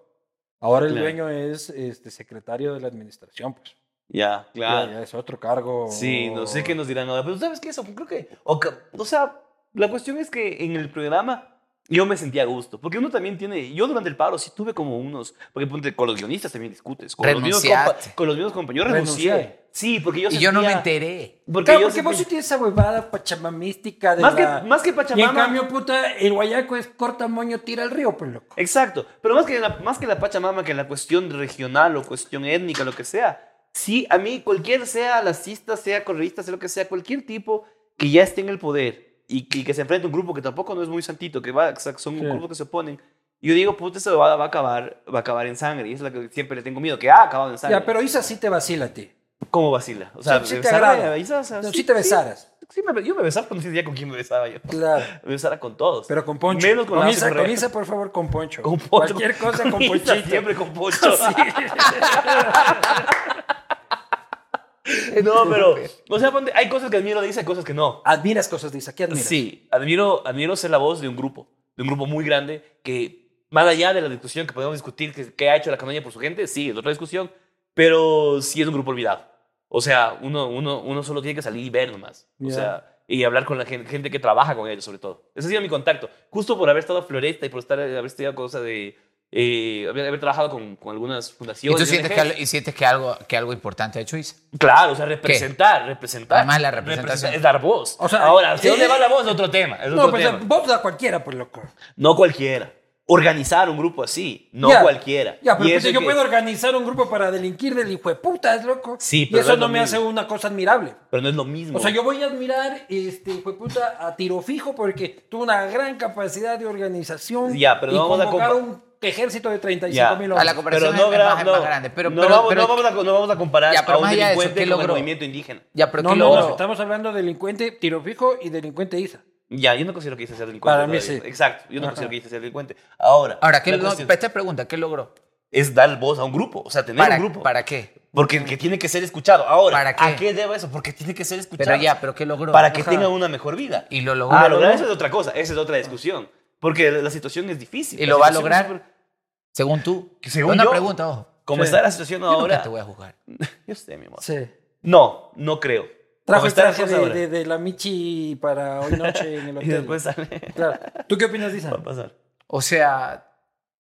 Ahora el Claro. dueño es este, secretario de la administración, pues. Ya, Ya, claro. ya es otro cargo. Sí, no sé Oh. qué nos dirán ahora, pero ¿sabes qué? Eso creo que. O, ca- o sea, la cuestión es que en el programa yo me sentía a gusto, porque uno también tiene. Yo durante el paro sí tuve como unos. Porque ponte, con los guionistas también discutes. Con, los mismos, compa- Renunciaste. con los mismos compañeros. Yo renuncié. Renuncié. Sí, porque yo Y yo no me sentía- enteré. Porque Claro, yo porque vos sí sentía- tienes esa huevada pachamamística de más, la- que, más que Pachamama. Y en cambio, puta, el guayaco es corta moño, tira al río, pues, loco. Exacto. Pero más que, la, más que la Pachamama, que la cuestión regional o cuestión étnica, lo que sea. Sí, a mí, cualquier sea lacista, sea correísta, sea lo que sea, cualquier tipo que ya esté en el poder y, y que se enfrente a un grupo que tampoco no es muy santito, que va, o sea, son Sí. un grupo que se oponen. Yo digo, puta, eso va, va a acabar, va a acabar en sangre. Y es la que siempre le tengo miedo, que ha acabado en sangre. Ya, pero Isa sí te vacila a ti. ¿Cómo vacila? O sea, Sí, sí te besarme, agrada. Isa, o sea, No, Ah, sí- sí te sí, besaras. sí me- yo me besaba, pero no sabía con quién me besaba yo. Claro. Me besara con todos. Pero con Poncho. Menos con Con Nancy Isa, Correa. con Isa, por favor, con Poncho. Con Poncho. Cualquier cosa con, Isa, Ponchito. Siempre con Poncho. No, pero, o sea, ponte, hay cosas que admiro de Isa y cosas que no. Admiras cosas de Isa, ¿qué admiras? Sí, admiro, admiro ser la voz de un grupo, de un grupo muy grande que, más allá de la discusión que podemos discutir que, que ha hecho la campaña por su gente, sí, es otra discusión, pero sí es un grupo olvidado. O sea, uno, uno, uno solo tiene que salir y ver nomás. O Ya. sea, y hablar con la gente, gente que trabaja con ellos, sobre todo. Ese ha sido mi contacto. Justo por haber estado a Floresta y por estar, haber estudiado cosas de. eh, haber, haber trabajado con, con algunas ¿Y fundaciones. tú sientes ONGs. que, algo- y sientes que algo, que algo importante ha hecho Isa? Claro, o sea, representar, representar. Además, la representación. Representa- es dar voz. O sea, Ahora, ¿hacia eh, dónde va la voz? Es otro tema. es No, otro pues tema. vos da cualquiera, pues, loco. No cualquiera. organizar un grupo así, no Ya, cualquiera. Ya, pero Y pues, eso yo que- puedo organizar un grupo para delinquir del hijo de puta, es loco. Sí, y pero eso es no lo me hace mismo. una cosa admirable. Pero no es lo mismo. O sea, yo voy a admirar este hijo de puta a tiro fijo porque tuvo una gran capacidad de organización Ya, pero y no vamos a convocar compa- un ejército de 35 Ya. mil A la hombres. comparación es gra- más, es más grande. Pero, no, pero- vamos, pero- no vamos a, no vamos a comparar Ya, pero a un más allá de eso, delincuente ¿qué con el logró? movimiento indígena. Ya, pero No, ¿qué no, logró? no, estamos hablando de delincuente tiro fijo y delincuente ISA. Ya, yo no considero que hice ser delincuente. Para mí todavía. sí. Exacto, yo no Ajá. considero que hice ser delincuente. Ahora, Ahora, ¿qué la logró? cuestión Esta pregunta, ¿qué logró? es dar voz a un grupo, o sea, tener ¿Para, un grupo. ¿Para qué? Porque el que tiene que ser escuchado. Ahora, ¿Para qué? ¿a qué debo eso? Porque tiene que ser escuchado. Pero ya, ¿pero qué logró? Para que Ajá. tenga una mejor vida. Y lo logró. Ah, ¿Lo lograr logró? eso es otra cosa, esa es otra discusión. Porque la, la situación es difícil. ¿Y la lo va a situación es lograr? súper- Según tú. Que según una yo- pregunta, ojo. Como Sí. está la situación Yo ahora. nunca te voy a juzgar. Yo sé, mi amor. Sí. No, no creo. Trajo Como el está la traje cosa de, ahora. de- de la Michi para hoy noche en el Y hotel. después sale. Claro. ¿Tú qué opinas, Isa? Va a pasar. O sea,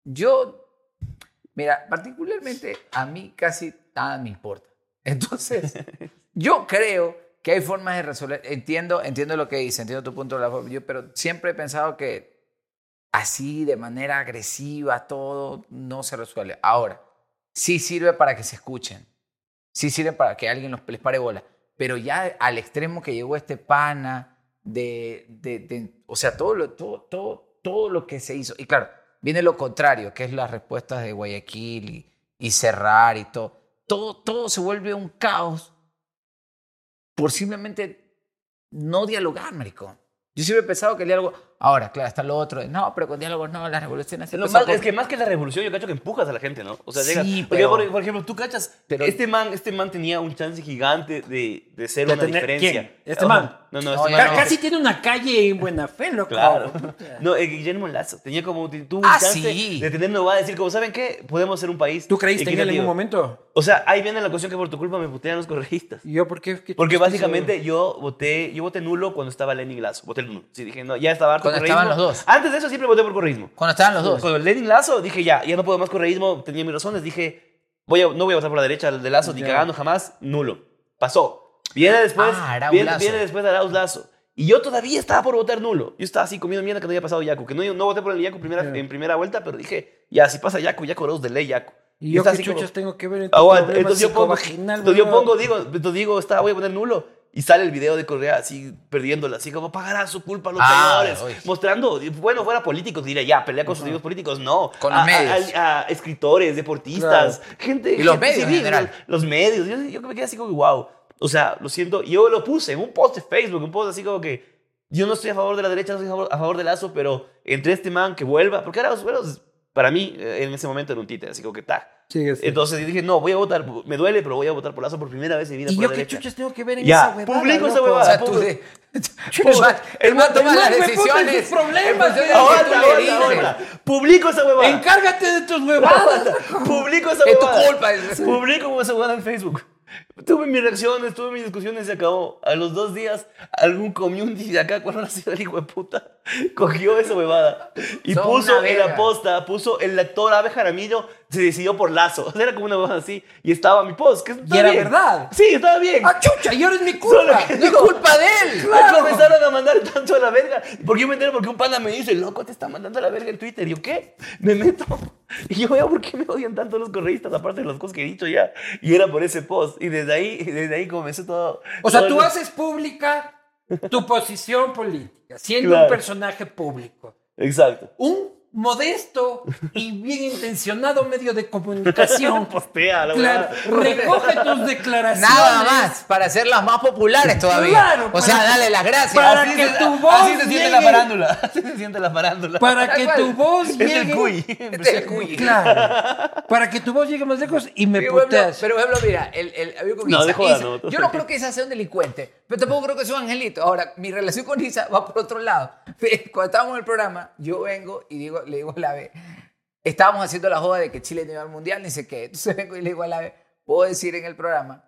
yo, mira, particularmente a mí casi nada me importa. Entonces, yo creo que hay formas de resolver. Entiendo, entiendo lo que dices, entiendo tu punto de la forma. Yo, pero siempre he pensado que así, de manera agresiva, todo no se resuelve. Ahora, sí sirve para que se escuchen. Sí sirve para que alguien los, les pare bola. Pero ya al extremo que llegó este pana, de, de, de- o sea, todo lo, todo, todo, todo lo que se hizo. Y claro, viene lo contrario, que es las respuestas de Guayaquil y, y cerrar y todo. todo. Todo se vuelve un caos por simplemente no dialogar, maricón. Yo siempre he pensado que el diálogo... Ahora, claro, está lo otro. de, no, pero con diálogo no, las revoluciones... se Lo empiezan más- por- es que más que la revolución, yo cacho que empujas a la gente, ¿no? O sea, Sí, llegas. pero- porque, por, por ejemplo, tú cachas. Pero- este, man, este man tenía un chance gigante de, de ser De una tener- diferencia. ¿quién? ¿Este Ojo, man? No, no, No, este ya man. Ca- no. Casi tiene una calle en Buena Fe, loco. Claro. No, eh, Guillermo Lazo tenía como tuvo un Ah, chance sí. de tener va a decir, como saben qué, podemos ser un país. ¿Tú creíste en él en equitativo". algún momento? O sea, ahí viene la cuestión que por tu culpa me putean los correístas. ¿Y yo por qué? ¿Qué Porque chiste básicamente yo voté, yo voté nulo cuando estaba Lenin Lazo. Voté nulo. Sí, dije, no, ya estaba harto Cuando correísmo. estaban los dos. Antes de eso siempre voté por correísmo. Cuando estaban los dos. Cuando Lenin Lazo, dije ya, ya no puedo más correísmo, tenía mis razones, dije, voy a, no voy a votar por la derecha de Lazo, ni Ya. cagando jamás, nulo. Pasó. Viene después, Ah, Arauz viene, Lazo. viene después Arauz Lazo. Y yo todavía estaba por votar nulo. Yo estaba así comiendo mierda que no había pasado Yaco, que no, no voté por el Yaco primera, Ya. en primera vuelta, pero dije, ya, si pasa Yaco, Yaco Arauz de ley, Yaco. ¿Y yo está qué así como- chuchas tengo que ver en tu Aguanta, problema entonces yo pongo, psicovaginal, entonces yo weón? pongo, digo, entonces digo, está, voy a poner nulo. Y sale el video de Correa así, perdiéndola, así como pagará su culpa a los Ah, traidores. uy. Mostrando, bueno, fuera políticos, diría, ya, pelea con sus amigos políticos. No. Con los A- a- medios. A, a escritores, deportistas, gente. Y los gente medios en general. Los medios. Yo, yo me quedé así como, wow. O sea, lo siento. Y yo lo puse en un post de Facebook, un post así como que. Yo no estoy a favor de la derecha, no estoy a favor, a favor de Lazo, pero entre este man que vuelva. Porque ahora, bueno, para mí, eh, en ese momento era un títere, así como que tac. Sigue, sigue. Entonces yo dije, no, voy a votar, me duele, pero voy a votar por Lazo por primera vez en mi vida. ¿Y por yo la qué derecha. chuchas tengo que ver en Ya, esa huevada? publico esa loco? huevada. O sea, tú Puta. de... Pues, El man- El man toma No, las güey, puta, es decisiones. su problema, en función de güey. lo que Ah, Aguanta, tú le aguanta, dices. Ah, aguanta. Publico esa huevada. Encárgate de tus huevadas. Publico esa Es tu huevada. culpa, dices. Publico esa huevada en Facebook. Tuve mis reacciones, tuve mis discusiones y se acabó. A los dos días, algún community de acá, cuando nació el hijo de puta, cogió esa huevada y Son puso una en verga. la posta, puso el actor Ave Jaramillo, se decidió por Lazo. O sea, era como una huevada así y estaba mi post. Que estaba era bien. verdad. Sí, estaba bien. ¡Ah, chucha! ¡Y ahora es mi Solo culpa! que- pues, No es culpa de él. Me comenzaron a mandar tanto a la verga. Porque yo me entero porque un pana me dice, loco, te está mandando a la verga en Twitter. Y yo, ¿qué? Me meto. Y yo veo por qué me odian tanto los correístas, aparte de las cosas que he dicho ya. Y era por ese post. Y desde ahí, desde ahí comenzó todo. O sea, todo tú el- haces pública tu posición política, siendo un Claro. personaje público. Exacto. Un modesto y bien intencionado medio de comunicación. Postea, la Claro, verdad. recoge tus declaraciones. Nada más, para hacerlas más populares todavía. Claro, o para- sea, dale las gracias. para Así que se- tu voz Así se siente la llegue- farándula. Así se siente la farándula. Para que Tal tu cual. voz Es llegue. el cuy. Este es el cuy. Claro. Para que tu voz llegue más lejos y me Pero, por ejemplo, puteas. pero, por ejemplo, mira, el, el, yo con No, Isa, de joda, Isa, no, tú yo no tranquilo. creo que Isa sea un delincuente, pero tampoco creo que sea un angelito. Ahora, mi relación con Isa va por otro lado. Cuando estábamos en el programa, yo vengo y digo, le digo a la B, estábamos haciendo la joda de que Chile no iba al mundial, ni sé qué. Entonces vengo y le digo a la B, puedo decir en el programa,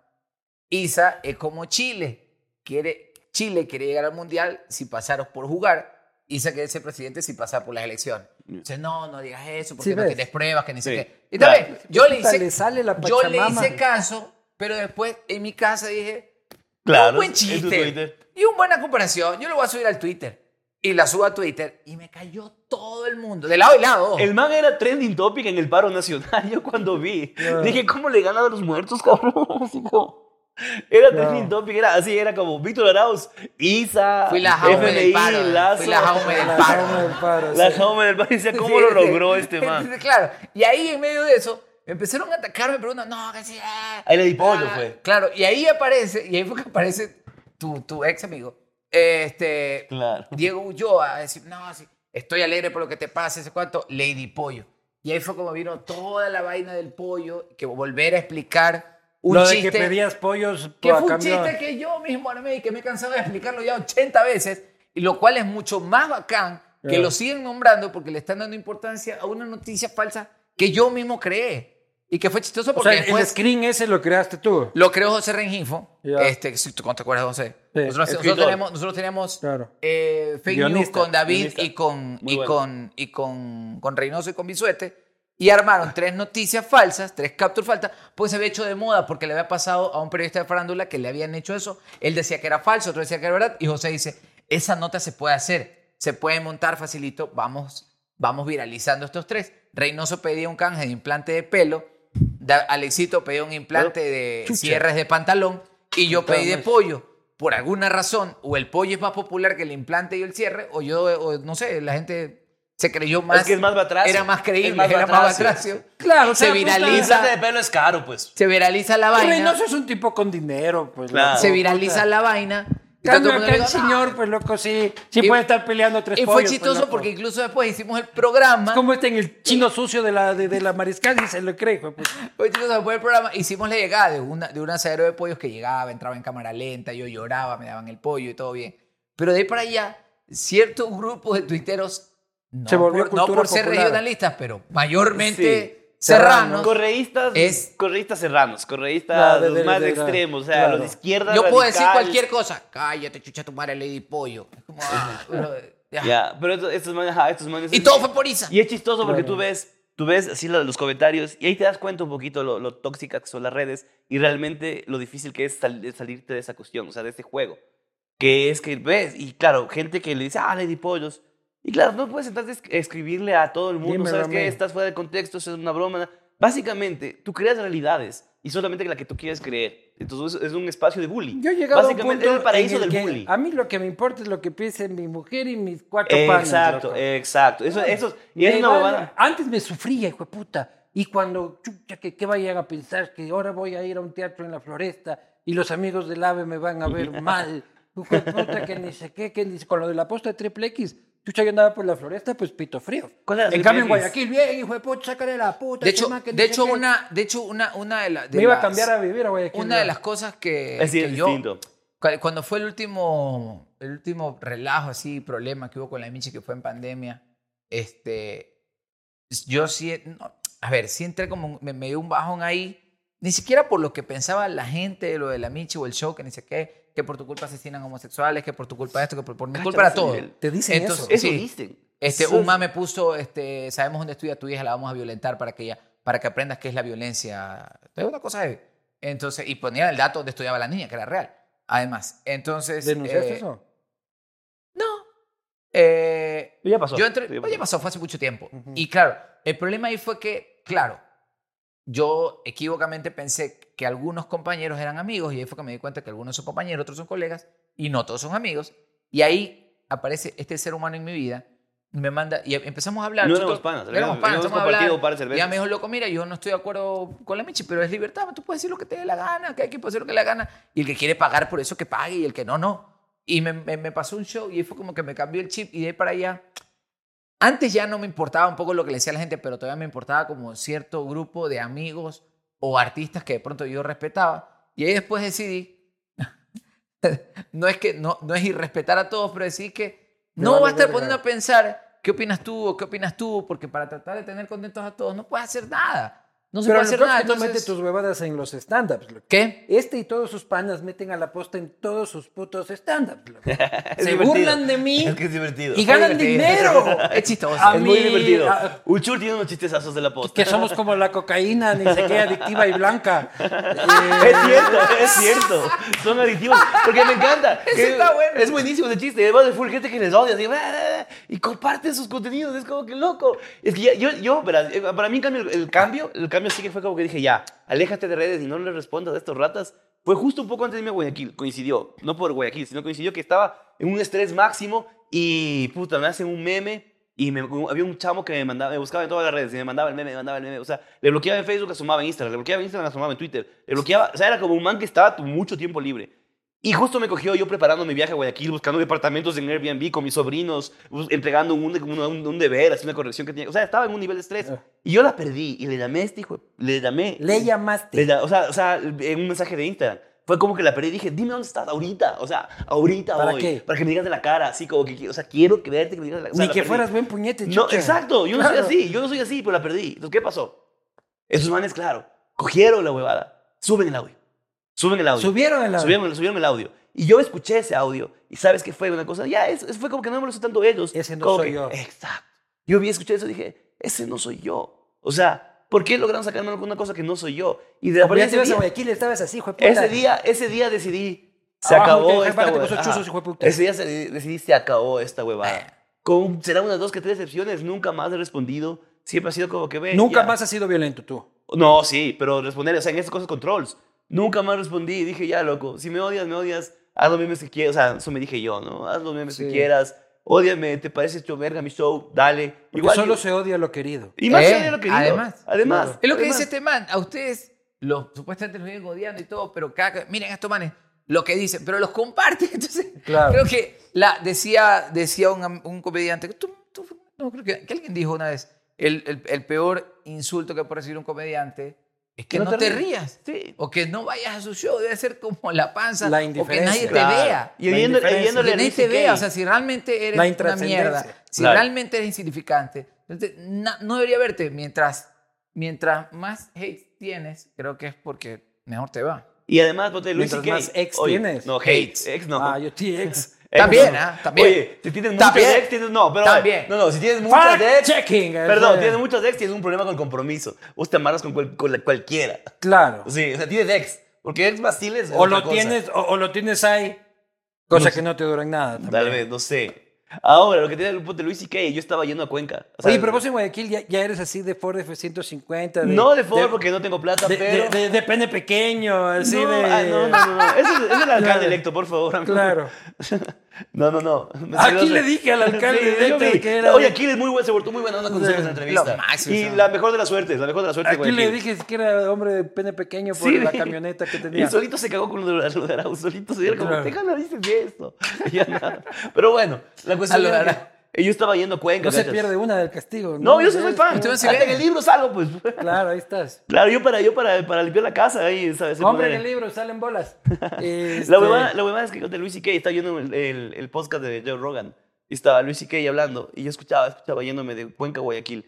Isa es como Chile. Quiere, Chile quiere llegar al mundial si pasaros por jugar. Isa quiere ser presidente si pasa por las elecciones. Entonces, no, no digas eso, porque Sí, pues. no ves. tienes pruebas, que ni sé Mm. Sí, qué. Y claro. también, yo le Puta, hice, le sale la yo le Pachamama. hice caso, pero después en mi casa dije, Claro, un buen en tu chiste Twitter. y una buena comparación, yo lo voy a subir al Twitter. y la subo a Twitter y me cayó todo el mundo, de lado y lado. El man era trending topic en el paro nacional. Yo cuando vi, dije, ¿cómo le gana a los muertos, cabrón? Así como. Era trending topic, era así, era como Víctor Arauz, Isa, Fui la jaume del FMI, paro. ¿eh? Lazo. Fui la jaume del La paro. jaume del paro, La sí. jaume del paro. Y decía, ¿cómo lo logró este man? Entonces, claro, y ahí en medio de eso me empezaron a atacar, me preguntan, no, que sí. ah, Ahí le di pollo, ah". fue. Claro, y ahí aparece, y ahí fue que aparece tu, tu ex amigo, este, Claro. Diego Ulloa, a decir, no, sí, estoy alegre por lo que te pasa, ese cuánto, Lady Pollo. Y ahí fue como vino toda la vaina del pollo, que volver a explicar un Lo de chiste. que pedías pollos que a fue un cambio- chiste que yo mismo armé y que me he cansado de explicarlo ya 80 veces, y lo cual es mucho más bacán que Claro. lo siguen nombrando porque le están dando importancia a una noticia falsa que yo mismo creé y que fue chistoso O porque sea, el después screen ese lo creaste tú. lo creó José Rengifo. Ya. Este, si tú te acuerdas, José. Sí, nosotros, nosotros escritor. teníamos, nosotros teníamos Claro. eh, fake news Guionista, con David guionista. y, con, Muy y, bueno. con, y con, con Reynoso y con Bisuete. Y armaron tres noticias falsas, tres capture falsas, porque se había hecho de moda, porque le había pasado a un periodista de farándula que le habían hecho eso. Él decía que era falso, otro decía que era verdad. Y José dice, esa nota se puede hacer, se puede montar facilito, vamos, vamos viralizando estos tres. Reynoso pedía un canje de implante de pelo, Da- Alexito pedía un implante de Chucha. cierres de pantalón y yo Puta pedí de pues. madre. pollo. Por alguna razón, o el pollo es más popular que el implante y el cierre, o yo, o no sé, la gente se creyó más. que es más batracio. Era más creíble, Es más era más batracio. batracio. Claro, se o sea, Y Lisa. esa de viraliza, pelo es caro, pues. se viraliza la vaina. Reynoso es un tipo con dinero, pues. Claro. loco. se viraliza la vaina. y todo Cambio el acá mundo le el dijo, "Ah". señor, pues loco, sí. Sí Y- puede estar peleando tres Y pollos. fue pues, chistoso loco. porque incluso después hicimos el programa. Es como está en el chino sucio de la, de, de la mariscal y se lo cree, pues. pues. Oye, chicos, después del programa hicimos la llegada de, una, de un asadero de pollos que llegaba, entraba en cámara lenta, yo lloraba, me daban el pollo y todo bien. Pero de ahí para allá, ciertos grupos de tuiteros, no, Se volvió por, no cultura por ser popular. regionalistas, pero mayormente Sí. serranos. Correístas, Es- correístas Ah, serranos, correístas Claro, de- los de- más de- de- extremos, o sea, claro. los de izquierda. Yo puedo decir radical. cualquier cosa. Cállate, chucha tu madre, Lady Pollo. Es como, ah, bro, ya. Ya, pero estos, estos manes, ajá, estos manes- Y todo fue por Isa. Y es chistoso porque Claro. tú ves, tú ves así la- los comentarios y ahí te das cuenta un poquito lo, lo tóxicas que son las redes y realmente lo difícil que es sal- de salirte de esa cuestión, o sea, de este juego. Que es que ves, y claro, gente que le dice, ah, Lady Pollos. Y claro, no puedes entonces escribirle a todo el mundo, Dímelo ¿sabes a qué? mí. Estás fuera de contexto, eso es una broma. Básicamente, tú creas realidades y solamente la que tú quieres creer. Entonces es un espacio de bullying. Yo he llegado a un punto Básicamente es el paraíso en el del que bullying. A mí lo que me importa es lo que piense mi mujer y mis cuatro panas. Exacto, loco. exacto. Eso, eso, y Me es una vale. bobada. Antes me sufría, hijo de puta. Y cuando, chucha, que, que vayan a pensar que ahora voy a ir a un teatro en la floresta y los amigos del AVE me van a ver mal. Hijo de puta, que ni sé qué, que ni sé- Con lo de la posta de triple X, chucha, yo andaba por la floresta, pues pito frío. ¿Cuál era En Triple cambio, en X? Guayaquil, bien, hijo de puta, sácale la puta. De que hecho, más, que ni de sé hecho, qué. una, de hecho una, una de, las Me iba a cambiar a vivir a Guayaquil. Una de ya. las cosas que, Es decir, que es yo- distinto. cu- cuando fue el último, el último relajo así, problema que hubo con la Michi que fue en pandemia, este, yo sí, no, a ver, sí entré como, un- me, me dio un bajón ahí, ni siquiera por lo que pensaba la gente de lo de la Michi o el show, que ni sé qué, que por tu culpa asesinan homosexuales, que por tu culpa esto, que por, por mi culpa era ese todo. nivel. Te dicen Entonces- eso. Eso Sí. dicen. Este, Eso un es- mame puso, este, sabemos dónde estudia tu hija, la vamos a violentar para que ella, para que aprendas qué es la violencia. Es una cosa heavy. Entonces, y ponía el dato donde estudiaba la niña, que era real. Además, entonces... ¿Denunciaste eh, eso? No. Eh, Ya pasó. yo entré, Ya oye, pasó, fue hace mucho tiempo. Ujú. Y claro, el problema ahí fue que, claro, yo equívocamente pensé que algunos compañeros eran amigos y ahí fue que me di cuenta que algunos son compañeros, otros son colegas y no todos son amigos. Y ahí aparece este ser humano en mi vida, me manda y empezamos a hablar. No nosotros- éramos panas, no éramos habíamos- panas, habíamos estamos a hablar, compartido un par de cervezas. y ella me dijo, loco, mira, yo no estoy de acuerdo con la Michi, pero es libertad, tú puedes decir lo que te dé la gana, que hay que hacer lo que le dé la gana. Y el que quiere pagar por eso, que pague, y el que no, no. Y me, me- me pasó un show y ahí fue como que me cambió el chip y de ahí para allá. Antes ya no me importaba un poco lo que le decía a la gente, pero todavía me importaba como cierto grupo de amigos o artistas que de pronto yo respetaba. Y ahí después decidí, no es que no, no es irrespetar a todos, pero decidí que Me no vale va a estar verga. poniendo a pensar qué opinas tú o qué opinas tú, porque para tratar de tener contentos a todos no puedes hacer nada. No se Pero puede hacer Lucrops nada. que no entonces- mete tus huevadas en los stand-ups. loco. ¿Qué? Este y todos sus panas meten a la posta en todos sus putos stand-ups. loco. Se divertido. burlan de mí Es que es divertido. y ganan divertido. dinero. Es chistoso. A es muy mí, divertido. a- Uchur tiene unos chistezazos de la posta. que somos como la cocaína, ni sé qué, adictiva y blanca. Eh, Es cierto, es cierto. Son adictivos. Porque me encanta. Ese Que está bueno. Es buenísimo ese chiste. Y además de full gente que les odia. así, "Bah, bah, bah", y comparten sus contenidos. Es como que loco. Es que ya- yo, yo verás, eh, para mí en cambio, el, el cambio, el cambio sí que fue como que dije, ya, aléjate de redes y no le respondas a estos ratas. Fue justo un poco antes de irme a Guayaquil. Coincidió. No por Guayaquil, sino coincidió que estaba en un estrés máximo y puta, me hacen un meme. Y me- había un chamo que me mandaba, me buscaba en todas las redes y me mandaba el meme, me mandaba el meme. O sea, le bloqueaba en Facebook, asomaba en Instagram, le bloqueaba en Instagram, asomaba en Twitter. Le bloqueaba, o sea, era como un man que estaba tu- mucho tiempo libre. Y justo me cogió yo preparando mi viaje a Guayaquil, buscando departamentos en Airbnb con mis sobrinos, bus- entregando un, un, un- un deber, así una corrección que tenía. O sea, estaba en un nivel de estrés. Y yo la perdí y le llamé a este hijo, de- le llamé. Ah. le llamaste. Le da- o, sea, o sea, en un mensaje de Instagram. Fue como que la perdí y dije, dime dónde estás ahorita. O sea, ahorita ¿Para hoy. qué? Para que me digas de la cara, así como que, o sea, quiero que verte, que me digas de la cara. ni que fueras buen puñete. No, chucha. exacto, yo no Claro. soy así, yo no soy así, pero la perdí. Entonces, ¿qué pasó? Esos manes, claro, cogieron la huevada, suben el audio, suben el audio. Subieron el audio. Subieron, subieron el audio. Y yo escuché ese audio y sabes qué fue una cosa, ya, es, es- fue como que no me molestó tanto ellos. Ese no como soy que- yo. Exacto. Yo vi, escuché eso y dije, ese no soy yo. O sea, ¿por qué lograron sacarme con una cosa que no soy yo? Y de la Como ya te ese ibas a día, Guayaquil, estabas así, hijo de puta. ese día, ese día decidí, se Abajo, acabó te- esta bájate con esos huevada. chuzos, Ajá. hijo de puta. Ese día se- decidí, se acabó esta huevada. Con, será unas dos que tres excepciones, nunca más he respondido. Siempre ha sido como que ve. Nunca ya. más has sido violento tú. No, sí, pero responder, o sea, en estas cosas controls. Nunca más respondí y dije, ya, loco, si me odias, me odias, haz los memes que quieras. O sea, eso me dije yo, ¿no? Haz los memes Sí. que quieras, ódiame, te parece hecho verga mi show, dale. Porque solo se odia lo querido. Y más Eh, allá de lo que digo. además. además. Es lo que además. dice este man. A ustedes, los supuestamente los vienen odiando y todo, pero cada, miren a estos manes lo que dicen, pero los comparten. Entonces, Claro. creo que la, decía, decía un, am- un comediante, tú- tú- no, creo que, que alguien dijo una vez, el, el- el peor insulto que puede recibir un comediante es que no, te, rías. Sí. O que no vayas a su show, debe ser como la panza. La o que indiferencia. nadie Claro. te vea. Y La indiferencia. viendo- viendo- Que viéndole a nadie Luis te CK. vea, o sea, si realmente eres La una mierda, intrascendencia. si Claro. realmente eres insignificante, entonces, na- no debería verte. Mientras, mientras más hate tienes, creo que es porque mejor te va. Y además, ponte Luis Mientras C.K. más ex Oye, tienes. No, Hates. hates. Ex no. Ah, yo ¿eh? TX. Ex También, no. ¿ah? También. Oye, si tienes muchas También. ex, tienes. No, pero. También. No, no, si tienes muchas Fact ex. checking. eh, Perdón, eh, tienes muchas ex, tienes un problema con compromiso. Vos te amarras con, cual- con la- cualquiera. Claro. Sí, o sea, tienes ex. Porque ex vaciles. es O otra lo, cosa. tienes, o, o lo tienes ahí, cosa No sé. que no te dura en nada. también. Tal vez, no sé. Ahora, lo que tiene el punto de Luis y yo estaba yendo a Cuenca. O sea, Oye, pero vos en Guayaquil ya, ya eres así de Ford F-150. de- No de Ford porque no tengo plata, de, pero. de- de- de pene pequeño, así no, de... ah, no, no, no, no. Ese es, ese es el Claro. alcalde electo, por favor. amigo. Claro. No, no, no. Me Aquí salió- le dije al alcalde Sí, yo electo vi. que era- Oye, aquí es muy buen, se portó muy buena onda con nosotros en la entrevista. Lo máximo, y ¿no? la mejor de las suertes, la mejor de las suertes. ah, Aquí le Guayaquil. dije que era hombre de pene pequeño por Sí, la vi. camioneta que tenía. Y solito se cagó con lo de lo de Arau, solito se dieron como, Claro. te gana, dices esto. Y ya nada. Pero bueno, la A cuestión lo de era Arau. que yo estaba yendo a Cuenca. No se ¿cachas? pierde una del castigo. No, yo sí soy fan. Usted va a Hasta en Sirena. el libro salgo, pues. Claro, ahí estás. Claro, yo para, yo para, para limpiar la casa ahí, ¿sabes? Se Hombre pone- en el libro, salen bolas. pues. La Este, huevada, la huevada es que conté Luis C.K. estaba viendo el, el- el podcast de Joe Rogan. Y estaba Luis C.K. hablando. Y yo escuchaba, escuchaba yéndome de Cuenca a Guayaquil.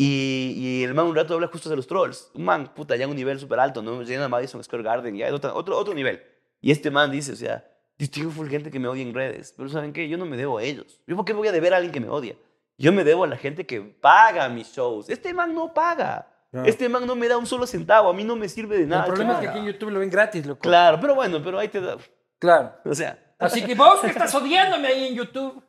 Y, y el man un rato habla justo de los trolls. Un man, puta, ya un nivel súper alto, ¿no? Llena Madison Square Garden, ya es otra- otro, otro nivel. Y este man dice, o sea, yo tengo full gente que me odia en redes. Pero ¿saben qué? Yo no me debo a ellos. ¿Yo por qué voy a deber a alguien que me odia? Yo me debo a la gente que paga mis shows. Este man no paga. Claro. Este man no me da un solo centavo. A mí no me sirve de nada. el problema es que chaval. aquí en YouTube lo ven gratis, loco. Claro, pero bueno, pero ahí te da. Claro. O sea, Así que vos que estás odiándome ahí en YouTube.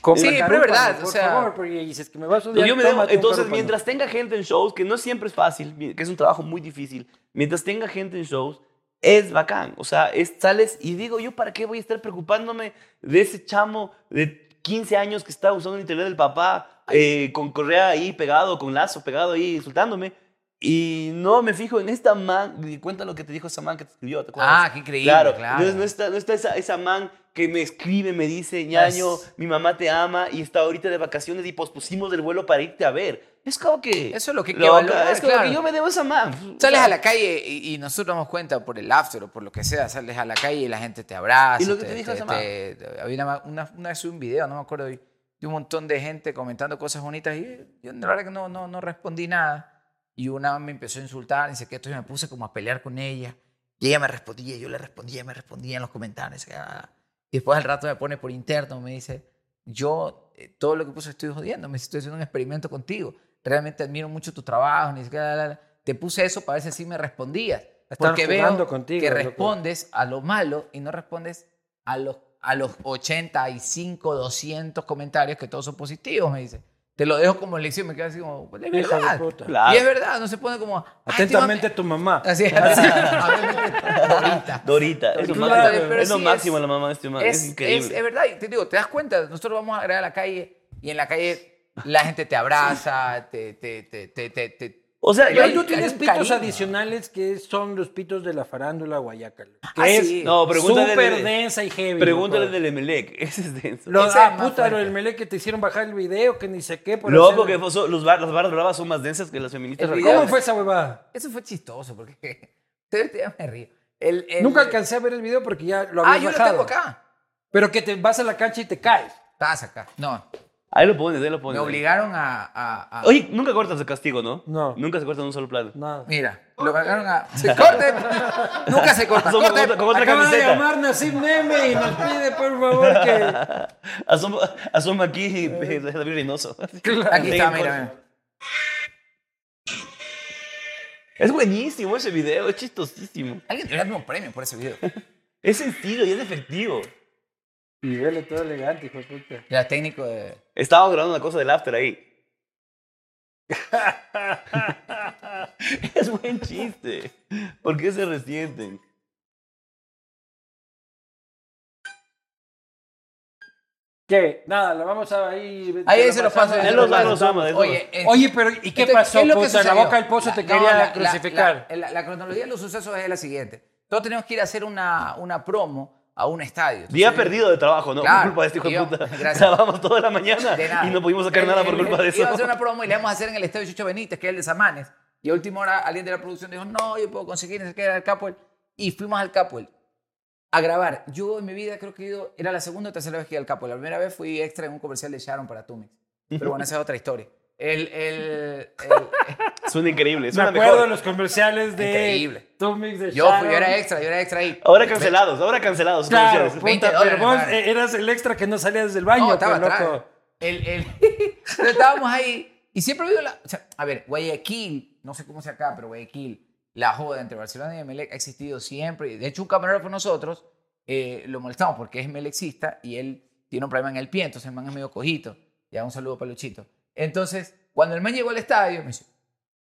Compra Sí, pero es verdad, Por o sea- favor, porque dices que me vas a Pero odiar. Pues yo me debo- tómate un entonces, carúpano. mientras tenga gente en shows, que no siempre es fácil, mi- que es un trabajo muy difícil, mientras tenga gente en shows, es bacán. O sea, es, sales y digo, ¿yo para qué voy a estar preocupándome de ese chamo de 15 años que está usando el internet del papá, eh, con correa ahí pegado, con lazo pegado ahí, insultándome? Y no me fijo en esta man. y Cuenta lo que te dijo esa man que te escribió, ¿te acuerdas? Ah, qué increíble, claro. Entonces, no está, no está esa, esa man que me escribe, me dice, ñaño, Es- mi mamá te ama y está ahorita de vacaciones y pospusimos el vuelo para irte a ver. Es como que... Eso es lo que hay que Loca, valorar, Es como claro. que yo me debo a esa man. Sales a la calle y, y nosotros nos damos cuenta por el after o por lo que sea, sales a la calle y la gente te abraza. ¿Y lo que te dijo esa te- Había una, una, una vez subí un video, no me acuerdo, de un montón de gente comentando cosas bonitas y yo la verdad que no, no, no respondí nada. y una me empezó a insultar, dice que esto, y me puse como a pelear con ella. Y ella me respondía, yo le respondía, me respondía en los comentarios. ah. Y después al rato me pone por interno, me dice, yo eh, todo lo que puse estoy jodiendo, me estoy haciendo un experimento contigo. Realmente admiro mucho tu trabajo, ni siquiera, la, la, la". te puse eso para ver si así me respondías. Están Porque jugando veo contigo, que loco. respondes a lo malo y no respondes a los, a los 85, 200 comentarios que todos son positivos, me dice. Te lo dejo como lección, me quedo así como, "Pues, es Hijo de verdad. puta. Claro. Y es verdad, no se pone como... "Ay, este Atentamente man tu mamá. me-". Así es. Ahorita. Dorita. Es lo, Claro, máximo, pero es lo sí máximo es- la mamá de este man. Es, increíble. Es, es verdad, y te digo, te das cuenta, nosotros vamos a grabar a la calle y en la calle la gente te abraza, te, te, te, te, te, te- o sea, Pero Hay- tú yo... hay tienes un pitos cariño. adicionales que son los pitos de la farándula guayaca. loco, Que Ah, es sí. No, pregúntale. súper densa y heavy. Pregúntale loco. del Emelec. Ese es denso. Lo, Ese es ah, más puta, lo del fuerte. Melé que te hicieron bajar el video, que ni sé qué. por Loco, hacer- que fue- son- los bar- las barras bravas son más densas que las feministas. El radicales. ¿Cómo fue esa huevada? Eso fue chistoso, porque ya me río. El- el- Nunca alcancé a ver el video porque ya lo había Eh, Ah, yo lo bajado. tengo acá. Pero que te vas a la cancha y te caes. Estás acá. No, Ahí lo pones, ahí lo me pones. obligaron a... a- a- Oye, nunca cortas el castigo, ¿no? No. Nunca se corta en un solo plano. Nada. Mira, lo obligaron a... ¡Se corte! Nunca se corta, Asomo corte. con otra, con otra Acaba de camiseta. llamar Nassim Neme y nos pide, por favor, que... Asoma, asoma aquí y ve- ve a David Reynoso. Aquí está, Sí, Eh. mira, corta. mira. Es buenísimo ese video, es chistosísimo. Alguien debería darme un premio por ese video. Es sencillo y es efectivo. Y vele todo elegante, hijo de puta. Era técnico de... Estábamos grabando una cosa del after ahí. es buen chiste. ¿Por qué se resienten? ¿Qué? Nada, lo vamos a ir... Ahí te se lo paso. pasamos, ahí te se lo Él los da, paso. los ama, él los Oye, eh, Oye, pero ¿y qué Entonces, pasó, ¿qué es lo que puta? La sucedió? boca del pozo La- te no, quería la- la- crucificar. La, la- la cronología de los sucesos es la siguiente. Todos tenemos que ir a hacer una, una promo a un estadio. Día Entonces, perdido de trabajo, ¿no? Claro, por culpa de este hijo de yo- puta. gracias. Trabajamos toda la mañana de nada. y no pudimos sacar Él- nada él- por culpa él de eso. Iba a hacer una promo y la íbamos a hacer en el estadio Chucho Benítez, que es el de Samanes. Y a última hora alguien de la producción dijo, no, yo puedo conseguir, no sé qué, al Capuel. Y fuimos al Capuel a grabar. Yo en mi vida creo que he ido, era la segunda o tercera vez que iba al Capuel. La primera vez fui extra en un comercial de Sharon para Tumex. Pero bueno, esa es otra historia. El, el- el, Suena increíble, Me suena acuerdo mejor. de los comerciales de... Increíble. Tomix de yo, fui, yo Sharon. era extra, yo era extra ahí. Ahora cancelados, ahora cancelados. Claro, comerciales. Oh, puta, 20 pero dólares, vos madre. eh, eras el extra que no salía desde el baño, No, estaba pues, atrás. loco. El, el- Pero estábamos ahí y siempre ha habido la... o sea, a ver, Guayaquil, no sé cómo sea acá, pero Guayaquil, la joda entre Barcelona y Emelec ha existido siempre. De hecho, un camarógrafo nosotros eh, lo molestamos porque es emelexista y él tiene un problema en el pie, entonces el man es medio cojito. Ya, un saludo para Luchito. Entonces, cuando el man llegó al estadio, me dice,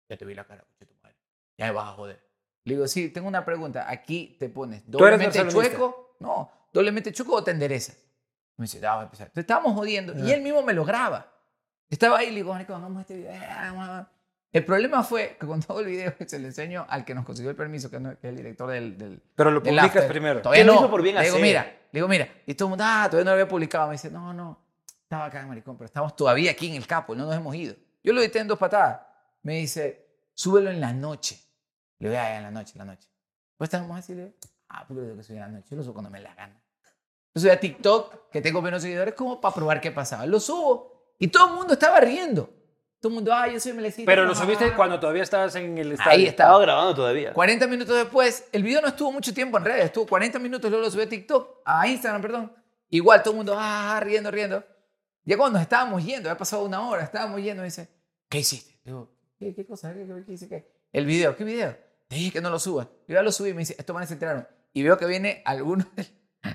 ya te vi la cara, coño, tu madre. Ya me vas a joder. Le digo, sí, tengo una pregunta. Aquí te pones eres doblemente barcelonista? chueco, no, doblemente chueco o te enderezas. Me dice, "Ah, va a empezar. Te estábamos jodiendo. Y Ah. él mismo me lo graba. Estaba ahí y le digo, "Marico, hagamos este video. eh, vamos, vamos". El problema fue que cuando hago el video se lo enseño al que nos consiguió el permiso, que no- que es el director del... del Pero lo del publicas after. primero. Todavía ¿Qué lo no. hizo por bien le digo, hacer? mira, le digo, mira. Y todo el mundo, ah, todavía no lo había publicado. Me dice, no, no, estaba acá, maricón, pero estamos todavía aquí en el capo, no nos hemos ido. Yo lo edité en dos patadas. Me dice, súbelo en la noche. Le voy a en la noche, en la noche. Pues estábamos así, le digo, ah, porque lo tengo que subir en la noche. Yo lo subo cuando me la gana. Yo subí a TikTok, que tengo menos seguidores, como para probar qué pasaba. Lo subo y todo el mundo estaba riendo. Todo el mundo, ah, yo soy melecito. Pero lo ah". subiste cuando todavía estabas en el estadio. Ahí estaba. Estaba grabando todavía. 40 minutos después, el video no estuvo mucho tiempo en redes, estuvo 40 minutos, luego lo subí a TikTok, a Instagram, perdón. Igual, todo el mundo, ah, riendo, riendo. Ya cuando nos estábamos yendo, había pasado una hora, estábamos yendo, me dice, ¿qué hiciste? Digo, ¿qué, qué cosa? ¿Qué, qué, qué hice? ¿Qué?". El video, ¿qué video? Te dije que no lo subas. Yo ya lo subí y me dice, estos manes se enteraron. Y veo que viene alguno de,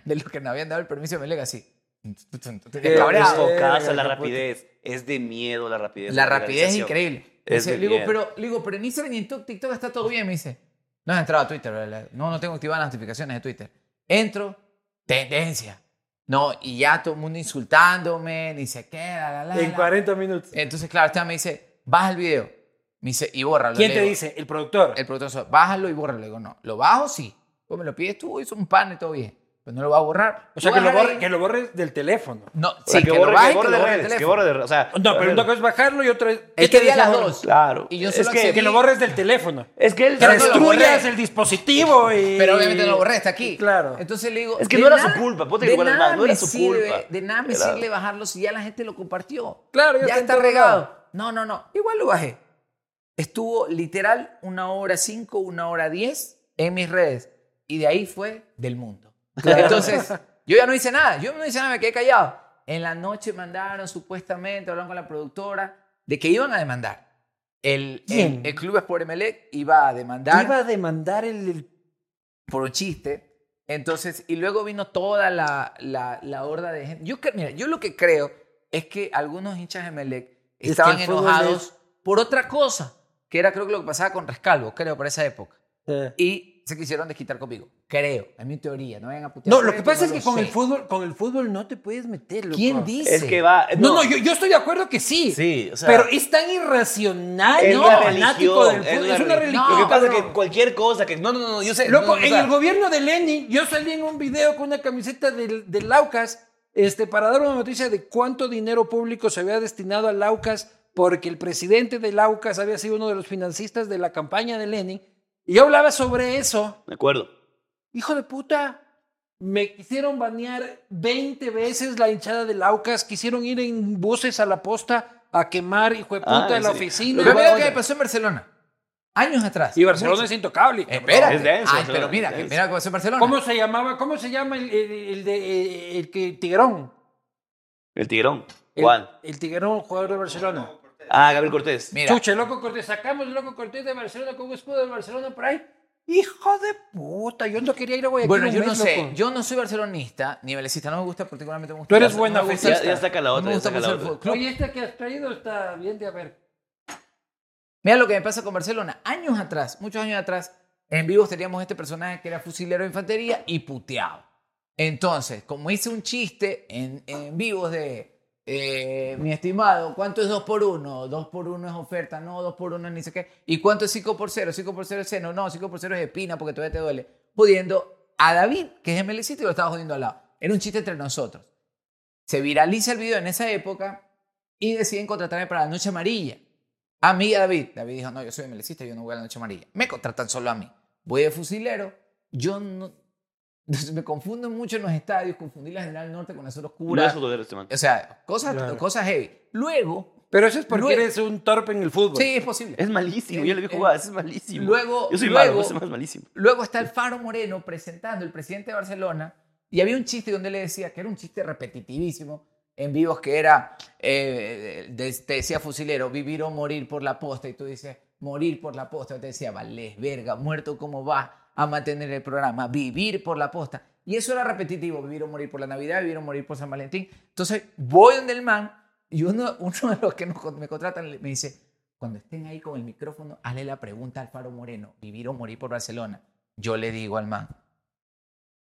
de los que nos habían dado el permiso de Melega así. Eh, Qué Cabreado. verga, Focazo, Este, hijo de la puta. rapidez. Es de miedo la rapidez. La de rapidez es realización. increíble. Es Dice, de le, digo, miedo. pero, le digo, pero en Instagram y en Tok- TikTok está todo bien. Me dice, no has entrado a Twitter. ¿verdad? No, no tengo activadas las notificaciones de Twitter. Entro, tendencia. No, y ya todo el mundo insultándome, ni se queda, la, la, En la. 40 minutos. Entonces, claro, esta me dice, baja el video. Me dice, y bórralo. ¿Quién Le te digo, dice? El productor. El productor, dice, bájalo y bórralo. Le digo, no, ¿lo bajo? Sí. Pues me lo pides tú, hizo un pan y todo bien. Pero no lo va a borrar. O sea, Tú que lo, bájalo borre- y- que lo borres del teléfono. No, O sea, sí, que, que, lo borre, baje que y que borre lo de borre el redes, que teléfono. borre de redes. O sea, No, pero una no cosa es bajarlo y otra es... ¿qué Es que te di a dice las ahora? dos. Claro. Y yo Es solo que- accedí- Que lo borres del teléfono. Es que él. Que Pero no lo destruyas borré. el dispositivo y... Pero obviamente no lo borré, está aquí. Claro. Entonces le digo. Es que de no era su nada- culpa, ponte que de fuera nada, verdad, no era me su sirve- culpa. De nada me Era- sirve bajarlo si ya la gente lo compartió. Claro, ya ya, está en está todo regado. lado. No, no, no. Igual lo bajé. Estuvo literal una hora cinco, una hora diez en mis redes. Y de ahí fue del mundo. Entonces, yo ya no hice nada. Yo no hice nada, me quedé callado. En la noche mandaron, supuestamente, hablaron con la productora, de que iban a demandar. El, ¿Quién? el, el club Sport Emelec iba a demandar Iba a demandar el, el- por un chiste. Entonces, y luego vino toda la, la, la horda de gente. Yo, cre- mira, yo lo que creo es que algunos hinchas de Melec Es estaban que el fútbol enojados por otra cosa, que era creo que lo que pasaba con Rescalvo, creo, para esa época. eh, Y se quisieron desquitar conmigo, creo, es mi teoría, no vayan a putear. No, por lo que esto, pasa es no que lo con sé. el fútbol, con el fútbol no te puedes meter, loco. ¿Quién dice? Es que va. No, no, yo, yo estoy de acuerdo que sí. Sí, o sea. pero es tan irracional, es ¿no? una fanático religión. del fútbol. Es una, religión. Lo que pasa es bro. que cualquier cosa que. No, no, no, yo sé. Loco, no, o en sea, el gobierno de Lenin, yo salí en un video con una camiseta del, del Laucas este, para dar una noticia de cuánto dinero público se había destinado al Laucas, porque el presidente del Laucas había sido uno de los financistas de la campaña de Lenin. Y yo hablaba sobre eso. De acuerdo. Hijo de puta, me quisieron banear 20 veces la hinchada del Laucas, quisieron ir en buses a la posta a quemar, hijo de Ah, puta, ¿en la serio? oficina. Pero mira lo que Oye, me pasó en Barcelona, años atrás. Y Barcelona es intocable. cabrón. Espera, Es denso, Ay, es pero mira, denso. que- mira lo que pasó en Barcelona. ¿Cómo se llamaba? ¿Cómo se llama el, el, el de eh, el que Tiguerón? El tigrón. El- Juan. El, Tiguerón, jugador de Barcelona. Ah, Gabriel Cortés. Mira, Chuche, loco Cortés, sacamos el loco Cortés de Barcelona con un escudo de Barcelona por ahí. Hijo de puta, yo no quería ir a Guayaquil. Bueno, un yo no mes, sé. loco. Yo no soy barcelonista ni belecista. No me gusta particularmente. me gusta- Tú eres no me buena gusta- fe. Ya, ya saca la no me otra, ya gusta saca la mucho el otra. fútbol. Oye, esta que has traído está bien de haber. Mira lo que me pasa con Barcelona. Años atrás, muchos años atrás, en vivos teníamos este personaje que era fusilero de infantería y puteado. Entonces, como hice un chiste en, en vivos de, eh, mi estimado, ¿cuánto es 2 por 1 2 por 1 es oferta, no, 2 por 1 ni sé qué. ¿Y cuánto es 5 por 0 5 por 0 es seno, no, 5 por 0 es espina porque todavía te duele. Jodiendo a David, que es MLC, y lo estaba jodiendo al lado. Era un chiste entre nosotros. Se viraliza el video en esa época y deciden contratarme para la Noche Amarilla. A mí, y a David. David dijo, no, yo soy melecista, yo no voy a la Noche Amarilla. Me contratan solo a mí. Voy de fusilero. Yo no... Me confundo mucho en los estadios, confundí la General Norte con la Zona Oscura. No es futbolero este man. O sea, cosas, Claro. cosas heavy. Luego, Pero eso es porque Luego- eres un torpe en el fútbol. sí, es posible. Es malísimo. Eh, Yo le vi eh, jugar. Es malísimo. luego- Yo soy luego- malo. Ese man es malísimo. Luego está el Faro Moreno presentando, el presidente de Barcelona, y había un chiste donde le decía, que era un chiste repetitivísimo, en vivos que era, eh, de- te decía Fusilero, vivir o morir por la posta, y tú dices, morir por la posta, te decía, vales verga, muerto como vas a mantener el programa, vivir por la posta. Y eso era repetitivo, vivir o morir por la Navidad, vivir o morir por San Valentín. Entonces voy donde el man, y uno, uno de los que nos con- me contratan le- me dice, cuando estén ahí con el micrófono, hazle la pregunta al Faro Moreno, vivir o morir por Barcelona. Yo le digo al man,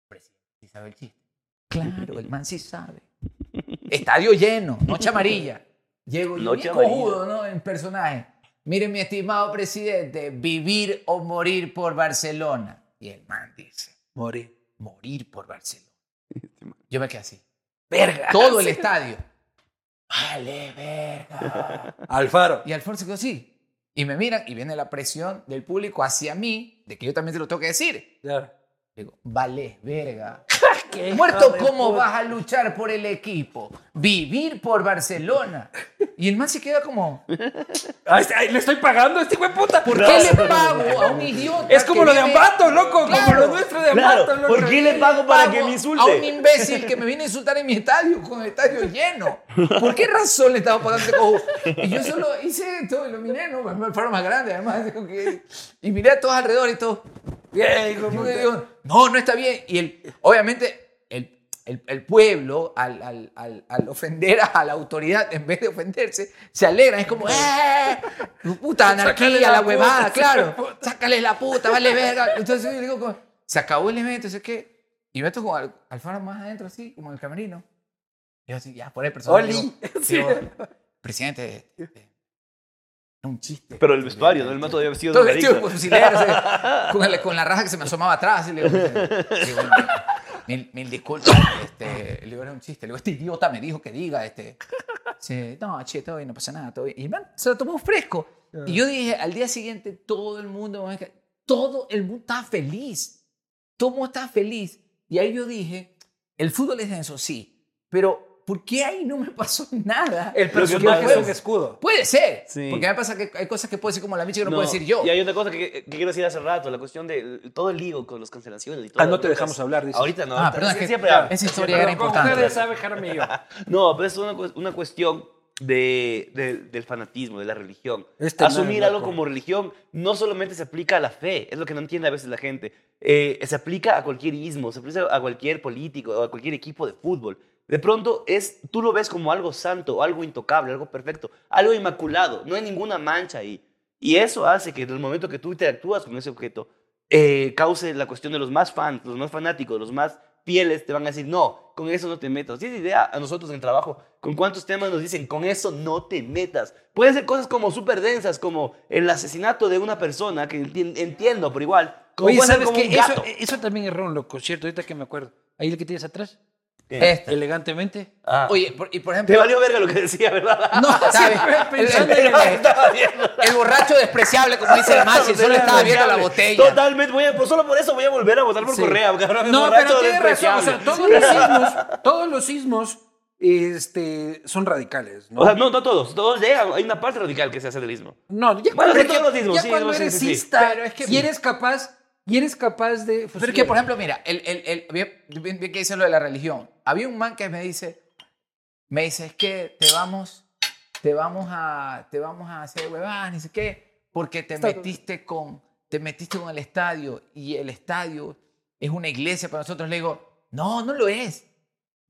presidente, ¿sí sabe el chiste? Claro, el man sí sabe. Estadio lleno, noche amarilla. Llego yo Noche bien amarilla. cojudo, ¿no? En personaje. Mire, mi estimado presidente, vivir o morir por Barcelona. Y el man dice, Morí. morir por Barcelona. Este man. Yo me quedé así. Verga. Todo el estadio. Vale, verga. Alfaro. Y Alfonso quedó así. Y me miran y viene la presión del público hacia mí, de que yo también te lo tengo que decir. Claro. Digo, vale, verga. Qué Muerto, hijo de ¿cómo puta. vas a luchar por el equipo? Vivir por Barcelona. Y el man se queda como, ¿qué Ay, ay, le estoy pagando a este güey puta. ¿Por le pago a un idiota? Es como que lo de vive- Ambato, loco. Como Claro. lo nuestro de Claro, Ambato, loco. ¿por qué le pago para que pago me A un insulte? imbécil que me viene a insultar en mi estadio, con el estadio lleno. ¿Por qué razón le estaba pagando este cojudo? Y yo solo hice esto y lo miré, ¿no? Me fueron más grande, además. digo que- Y miré a todos alrededor y todo. Bien, hijo de Y yo puta. digo, no, no está bien. Y el, obviamente el, el- el pueblo, al, al- al- al ofender a la autoridad, en vez de ofenderse, se alegra. Es como, ¡eh! Puta Sácale anarquía, la la, puta, huevada, sácale la claro. puta. Sácale la puta, vale verga. Entonces yo digo, como, se acabó el evento, es que. Y meto con Al- Alfaro más adentro, así, como en el camerino. Y yo así, ya, por el personal. Oli. digo, Sí. digo, Presidente, eh, eh, era un chiste. Pero el vestuario, ¿no? El man todavía vestido de Todo vestido de marica. fusilero, o sea, con, la, con la raja que se me asomaba atrás. Y le digo, digo, mil, mil disculpas, este, le digo, era un chiste. Le digo, este idiota me dijo que diga, este. Sí, no, che, todo bien, no pasa nada, todo bien. Y el man se lo tomó fresco. Y yo dije, al día siguiente, todo el mundo, man, que- todo el mundo estaba feliz. Todo el mundo estaba feliz. Y ahí yo dije, el fútbol es denso, sí, pero ¿por qué ahí no me pasó nada? El Pero que personaje no es un puedes. escudo. Puede ser, Sí. porque me pasa que hay cosas que puedo decir como la micha que no, No, puedo decir yo. Y hay una cosa que, que quiero decir hace rato, la cuestión de l- todo el lío con las cancelaciones y todo. Ah, no te dejamos hablar, dices. Ahorita no. Ah, ahorita perdón, sí, es que siempre esa hablo, historia siempre era hablo. Pero como importante. ustedes saben, Jaramillo. No, pero es una, cues- una cuestión de, de- del fanatismo, de la religión. Este man, Asumir algo loco. como religión no solamente se aplica a la fe, es lo que no entiende a veces la gente. Eh, se aplica a cualquier ismo, se aplica a cualquier político o a cualquier equipo de fútbol. De pronto es, tú lo ves como algo santo, algo intocable, algo perfecto, algo inmaculado. No hay ninguna mancha ahí. Y eso hace que en el momento que tú interactúas con ese objeto, eh, cause la cuestión de los más fans, los más fanáticos, los más fieles, te van a decir, no, con eso no te metas. Tienes idea a nosotros en el trabajo, con cuántos temas nos dicen, con eso no te metas. Pueden ser cosas como súper densas, como el asesinato de una persona, que enti- entiendo, pero igual. Como Oye, puede ser ¿sabes como qué? un Eso, eh, gato. eso también es raro en los conciertos, ahorita que me acuerdo. Ahí el que tienes atrás, Eh, Esta. elegantemente. ah. Este. Oye, por- y por ejemplo, te valió verga lo que decía, ¿verdad? no, ¿sabes? El, pensando el- en Estaba- estaba viendo. el borracho despreciable, como dice el Maxi, solo estaba viendo la botella. Totalmente, voy a- por- solo por eso voy a volver a votar por Sí. Correa, cabrón. No, borracho pero tiene razón. O sea, despreciable. todos los sismos, todos los sismos este, son radicales, ¿no? O sea, no, no todos, todos llegan, hay una parte radical que se hace del mismo. no, ya Bueno, cuando, sí, ya- todos los sismos, ya sí, cuando sí, sí, eres sí, sí. cista Pero es que- y eres capaz, y eres capaz de... pues, Pero es sí, que, por ejemplo, mira, el, el, el, bien, bien- bien que dice lo de la religión. Había un man que me dice, me dice, es que te vamos, te vamos a, te vamos a hacer huevadas, ni sé qué, porque te Está- metiste con, te metiste con el estadio y el estadio es una iglesia para nosotros. Le digo, no, no lo es.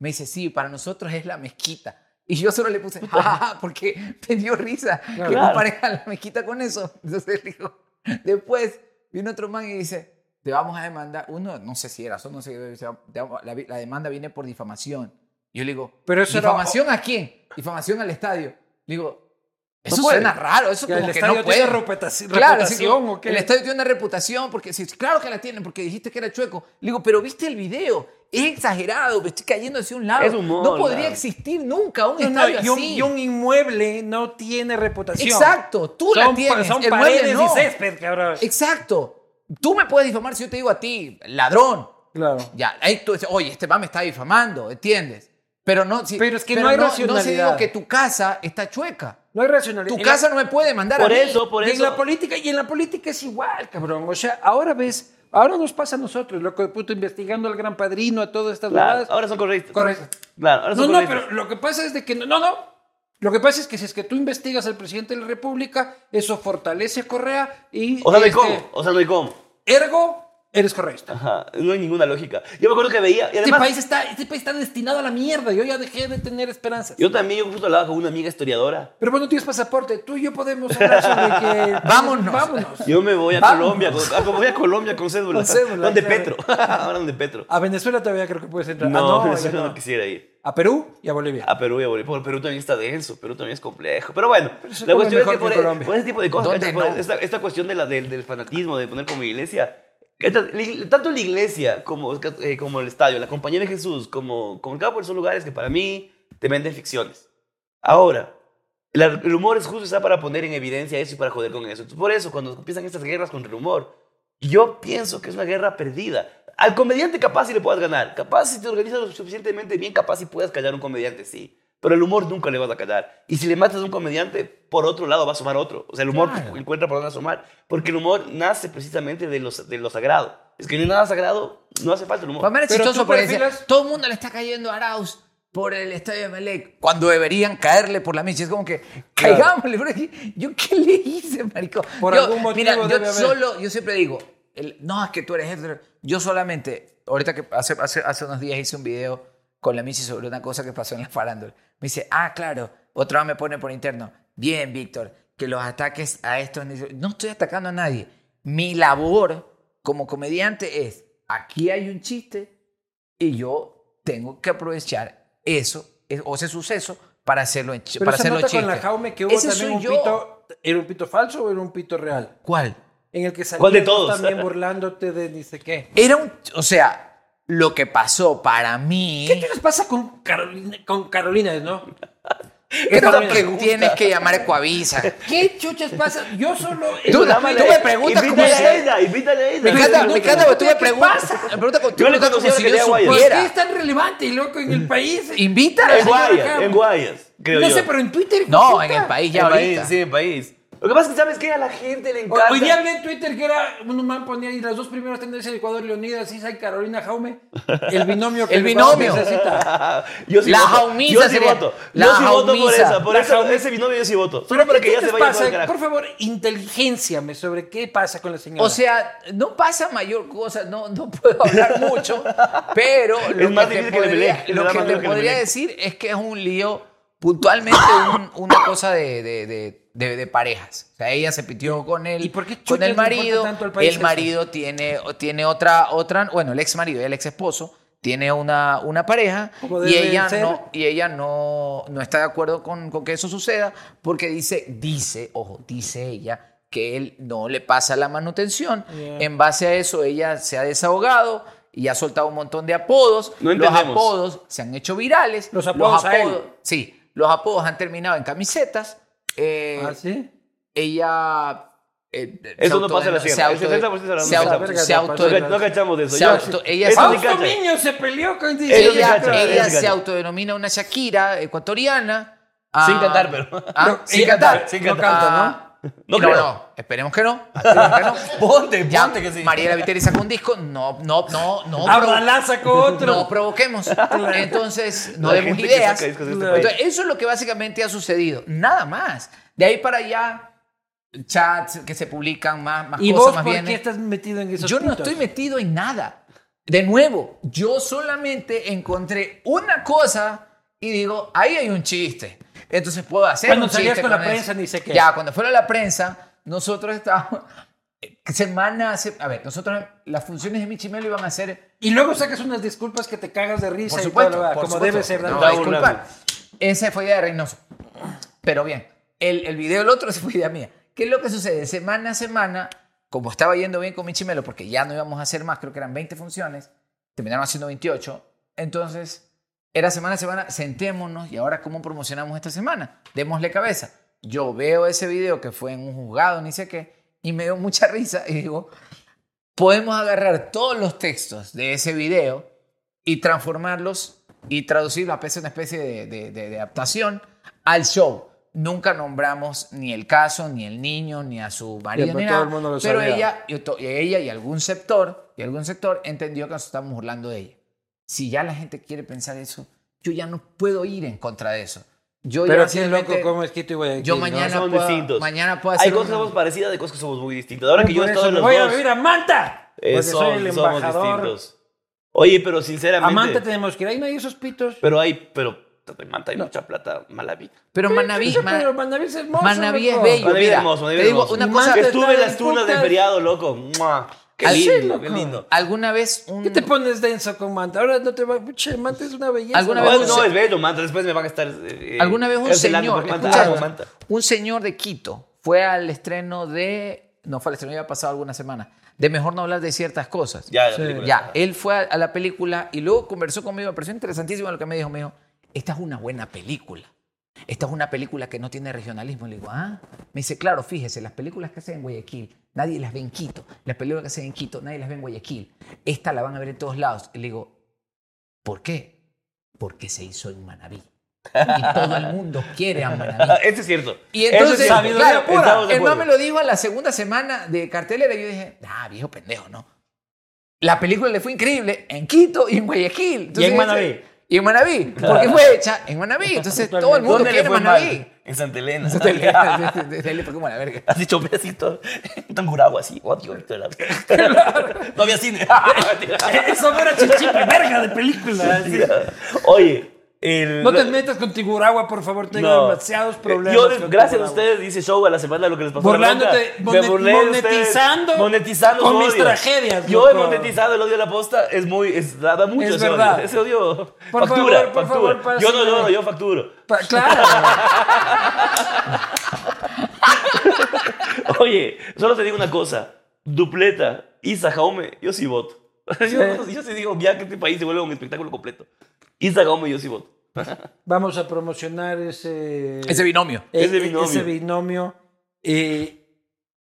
Me dice, sí, para nosotros es la mezquita. Y yo solo le puse, jajaja, porque me dio risa que Claro. comparara la mezquita con eso. Entonces le digo, después viene otro man y dice, te vamos a demandar. Uno, no sé si era, son, no sé, o sea, te vamos- la, vi- la demanda viene por difamación. Yo le digo, Pero eso era- ¿difamación a quién? Difamación al estadio. Le digo, eso puede. suena raro, eso Que como el que estadio no puede. tiene reputaci- Claro, así reputación como, o qué. el estadio tiene una reputación, porque sí, claro que la tienen, porque dijiste que era chueco. Le digo, pero viste el video, es exagerado, me estoy cayendo hacia un lado. Es humor, no podría claro. existir nunca un No, no, estadio y, un, así. y un inmueble no tiene reputación. Exacto, tú la Son, pa- tienes. son el mueble paredes no. y césped, cabrón. Exacto. Tú me puedes difamar si yo te digo a ti, ladrón. Claro. Ya, ahí tú dices, oye, este man me está difamando, ¿entiendes? Pero no, si- Pero es que no hay No si digo racionalidad. que tu casa está chueca. No hay racionalidad. Tu En la- casa no me puede mandar Por a mí. eso, por y eso. en la política y en la política es igual, cabrón. O sea, ahora ves, ahora nos pasa a nosotros, loco de puto, investigando al gran padrino, a todas estas Claro, huevadas. ahora son correctos. Correcto. Claro, ahora No, son no, correctos. pero lo que pasa es de que no, no, no. Lo que pasa es que si es que tú investigas al presidente de la República, eso fortalece a Correa y O sea, no hay este, cómo. O sea, no hay cómo. ergo eres correísta. Ajá, no hay ninguna lógica. Yo me acuerdo que veía. Y Este además, país está este país está destinado a la mierda. Yo ya dejé de tener esperanzas. yo también, yo justo hablaba con una amiga historiadora. Pero bueno, tienes pasaporte. Tú y yo podemos hablar sobre que Vámonos. vámonos. Yo me voy a Vamos. Colombia, con, ah, voy a Colombia con cédula. Con cédula, Donde claro. Petro. Ahora donde Petro. A Venezuela todavía creo que puedes entrar. No, Ah, no, Venezuela ya no. no. quisiera ir. A Perú y a Bolivia. A Perú y a Bolivia. Porque Perú también está denso, Perú también es complejo. Pero bueno, se la come cuestión es mejor que que por, en Colombia. por ese tipo de cosas, ¿Dónde ¿cachai? Por no? esta, esta cuestión de la, del, del fanatismo, de poner como iglesia. Esta- la ig- tanto la iglesia como, eh, como el estadio, la compañía de Jesús, como, como el campo, son lugares que para mí te venden ficciones. Ahora, la- el humor es justo está para poner en evidencia eso y para joder con eso. Entonces, por eso, cuando empiezan estas guerras contra el humor, yo pienso que es una guerra perdida. Al comediante capaz si le puedas ganar. Capaz si te organizas lo suficientemente bien, capaz si puedas callar a un comediante, sí. Pero el humor nunca le vas a callar. Y si le matas a un comediante, por otro lado va a asomar otro. O sea, el humor Claro. encuentra por dónde asomar. Porque el humor nace precisamente de lo, de lo sagrado. Es que no hay nada sagrado, no hace falta el humor. Para mí era Pero chistoso tú porque decía, perfilas- todo el mundo le está cayendo a Arauz por el estadio de Melec, cuando deberían caerle por la micha. Es como que, caigámosle, bro. ¿Yo qué le hice, marico? Por yo, algún motivo Mira, yo debe haber. solo, yo siempre digo, el- no, es que tú eres jefe. Yo solamente, ahorita que hace, hace, hace unos días hice un video con la micha sobre una cosa que pasó en la farándula. Me dice, ah, claro, otra vez me pone por interno. Bien, Víctor, que los ataques a estos... No estoy atacando a nadie. Mi labor como comediante es, aquí hay un chiste, y yo tengo que aprovechar eso es- o ese suceso para hacerlo en chi- Pero para esa hacerlo nota chiste. con la Jaume que hubo Ese también soy un yo. pito. ¿Era un pito falso o era un pito real? ¿Cuál? En el que salías ¿Cuál de tú todos? también burlándote de ni sé qué. Era un, o sea, lo que pasó para mí. ¿Qué les pasa con Carolina, con Carolina no? Esto también es justa. Tienes que llamar a Ecoavisa. ¿Qué chuchas pasa? Yo solo... Tú, Nada tú más me le- preguntas cómo invítale a se- ella, invítale a ella. Me encanta, no, me encanta, no, porque tú me ¿qué preguntas. pasa? Me preguntas con- tú Yo le me preguntas conocí a como si la yo quería ¿Por Mira. qué es supiera. tan relevante y loco en el país? Invita a la En señora Guayas, acá. en Guayas, creo no yo. sé, pero en Twitter... No, puta. en el país ya En país, ahorita. sí, en país. Lo que pasa es que, ¿sabes qué? A la gente le Hoy- encanta. Hoy día vi en Twitter que era un man ponía y las dos primeras tendencias de Ecuador, Leonidas Isa y Carolina Jaume, el binomio que El el Ecuador binomio. necesita. Yo sí La voto. jaumisa Yo sí sería- voto. la yo sí voto por jaumisa. esa. Por La eso, jaumisa. ese binomio yo sí voto. Solo Pero para ¿qué que ya se les vaya todo el pasa? carajo. Por favor, inteligenciame sobre qué pasa con la señora. O sea, no pasa mayor cosa, no, no puedo hablar mucho, pero lo Es más que te difícil que el podría, Emelec, le lo da que más te duro que el podría Emelec. decir es que es un lío, puntualmente un- una cosa de, de- de- de- de parejas. O sea, ella se pitió con el, ¿Y por qué con chuchas le el importa marido, tanto al país el eso? marido tiene, tiene otra, otra, bueno, el ex marido y el ex esposo tiene una, una pareja Como y debe ella ser. no, y ella no, no está de acuerdo con, con que eso suceda porque dice, dice, ojo, dice ella que él no le pasa la manutención. Yeah. En base a eso, ella se ha desahogado y ha soltado un montón de apodos. No los entendemos. apodos se han hecho virales. Los apodos a él. sí, los apodos han terminado en camisetas. Eh, ¿Ah, sí? Ella... eh, Eso se no pasa en la autodeno- se sierra. El 70% auto- de la se auto- verga se no auto- pasa. No cachamos de eso. Se Yo- auto- ella eso se- sí Fausto cacha. Miño se peleó eh, con este Ellos ella, enganchan, ella ellos se enganchan. autodenomina una Shakira ecuatoriana. Ah, Sin cantar, pero. ah, Pero sin ella cantar. no- no canta, Ah, No no, creo. no, esperemos que no. esperemos que no. Ponte, Ya, ponte que sí. Mariela Viteri sacó un disco. No, no, no, no. provo- Abdalá sacó otro. No provoquemos. Entonces, no La demos gente que ideas. saca discos de este Claro. Entonces, eso es lo que básicamente ha sucedido. Nada más. De ahí para allá, chats que se publican, más, más ¿Y cosas, vos más por bien. ¿eh? qué estás metido en esos Yo no puntos? estoy metido en nada. De nuevo, yo solamente encontré una cosa y digo, ahí hay un chiste. Entonces puedo hacer Cuando un salías chiste con la eso. prensa, ni sé qué. Ya, cuando fuera la prensa, nosotros estábamos... eh, Semana, se- a ver, nosotros las funciones de Michimelo iban a ser... Y luego sacas unas disculpas que te cagas de risa Por y supuesto, todo, por como supuesto. debe ser. No, Dante. Raúl disculpa. Lamy. Ese fue idea de Reynoso. Pero bien, el, el video del otro ese fue idea mía. ¿Qué es lo que sucede? Semana a semana, como estaba yendo bien con Michimelo, porque ya no íbamos a hacer más, creo que eran 20 funciones, terminaron haciendo 28. Entonces, era semana a semana, sentémonos y ahora cómo promocionamos esta semana. Démosle cabeza. Yo veo ese video que fue en un juzgado, ni sé qué, y me dio mucha risa y digo, podemos agarrar todos los textos de ese video y transformarlos y traducirlos a especie- una especie de, de- de- de adaptación al show. Nunca nombramos ni el caso, ni el niño, ni a su marido, pero ni pues todo nada. el mundo lo pero sabía. ella y, to- y ella y algún sector, y algún sector entendió que nos estamos burlando de ella. Si ya la gente quiere pensar eso, yo ya no puedo ir en contra de eso. Yo ya Pero qué loco simplemente- cómo es Quito y Guayaquil. yo ¿no? mañana, Somos puedo, distintos. mañana puedo hacer Hay cosas que una- somos parecidas, hay cosas que somos muy distintas. Ahora que yo Por he eso estado en me los voy a dos, vivir a Manta. Porque eh, soy el son- somos embajador. distintos. Oye, pero A Manta sinceramente. tenemos que ir. Ahí no hay esos pitos. Pero hay, pero. Manta hay mucha plata mala vida. Pero Manaví, Pero Ma- Manaví es hermoso, Manaví es loco. bello. Manaví es mira, hermoso, Manaví te es digo hermoso. una Y cosa. Manta Que estuve en las en tunas de putas. feriado, loco. ¡Mua! Qué Al- Sí, lindo, loco. qué lindo. Alguna vez un. ¿Qué te pones denso con Manta? Ahora no te va. Pucha, Manta es una belleza. ¿Alguna ¿no? vez No, un no, se- es bello, Manta. Después me van a estar. eh, Alguna vez un cancelando señor, por Manta. escucha, Amo Manta. un señor de Quito fue al estreno de, no fue al estreno, ya ha pasado algunas semanas, de mejor no hablar de ciertas cosas. Ya, la Sí. película. Ya, él fue a, a la película y luego conversó conmigo, me pareció interesantísimo lo que me dijo, me dijo, esta es una buena película. Esta es una película que no tiene regionalismo. Le digo, ah, me dice, claro, fíjese, las películas que hacen en Guayaquil, nadie las ve en Quito. Las películas que hacen en Quito, nadie las ve en Guayaquil. Esta la van a ver en todos lados. Y le digo, ¿por qué? Porque se hizo en Manaví. Y todo el mundo quiere a Manaví. Ah, Este es cierto. Y Eso entonces, es cierto. sabiduría claro, pura. Estamos de el man acuerdo. me lo dijo a la segunda semana de cartelera y yo dije, ah, viejo pendejo, ¿no? La película le fue increíble en Quito y en Guayaquil. Entonces, en Manabí. Y en Manabí, porque fue hecha en Manabí. Entonces todo el mundo ¿Dónde le quiere fue mal? Manabí. En Santa Elena. Desde el- desde el- fue como la verga. Así chopeacito. Un tanguragua así. Oh, Dios, de la- No había cine. Eso no era chichipe, verga de película. así. Oye, el. No te metas con Tiguragua, por favor. Tengo no. Eh, demasiados problemas. Yo, con gracias a Tiguragua. ustedes, dice show a la semana de lo que les pasó. a la Burlándote, bronca. monet- Me burlé de ustedes. monetizando Monetizando con su mis odio. tragedias, Yo he loco. monetizado el odio de la posta. Es muy. Es, da da mucho Es ese verdad. odio. Ese odio. Por factura, favor, por factura. favor, yo no pásenme. lloro, yo facturo. Pa- claro. Oye, solo te digo una cosa. Dupleta, Isa Jaume, yo sí voto. Yo, yo sí digo, ya que este país se vuelve un espectáculo completo. Isa Jaume, yo sí voto. Vamos a promocionar ese, Ese binomio. e- ese e- binomio. ese binomio y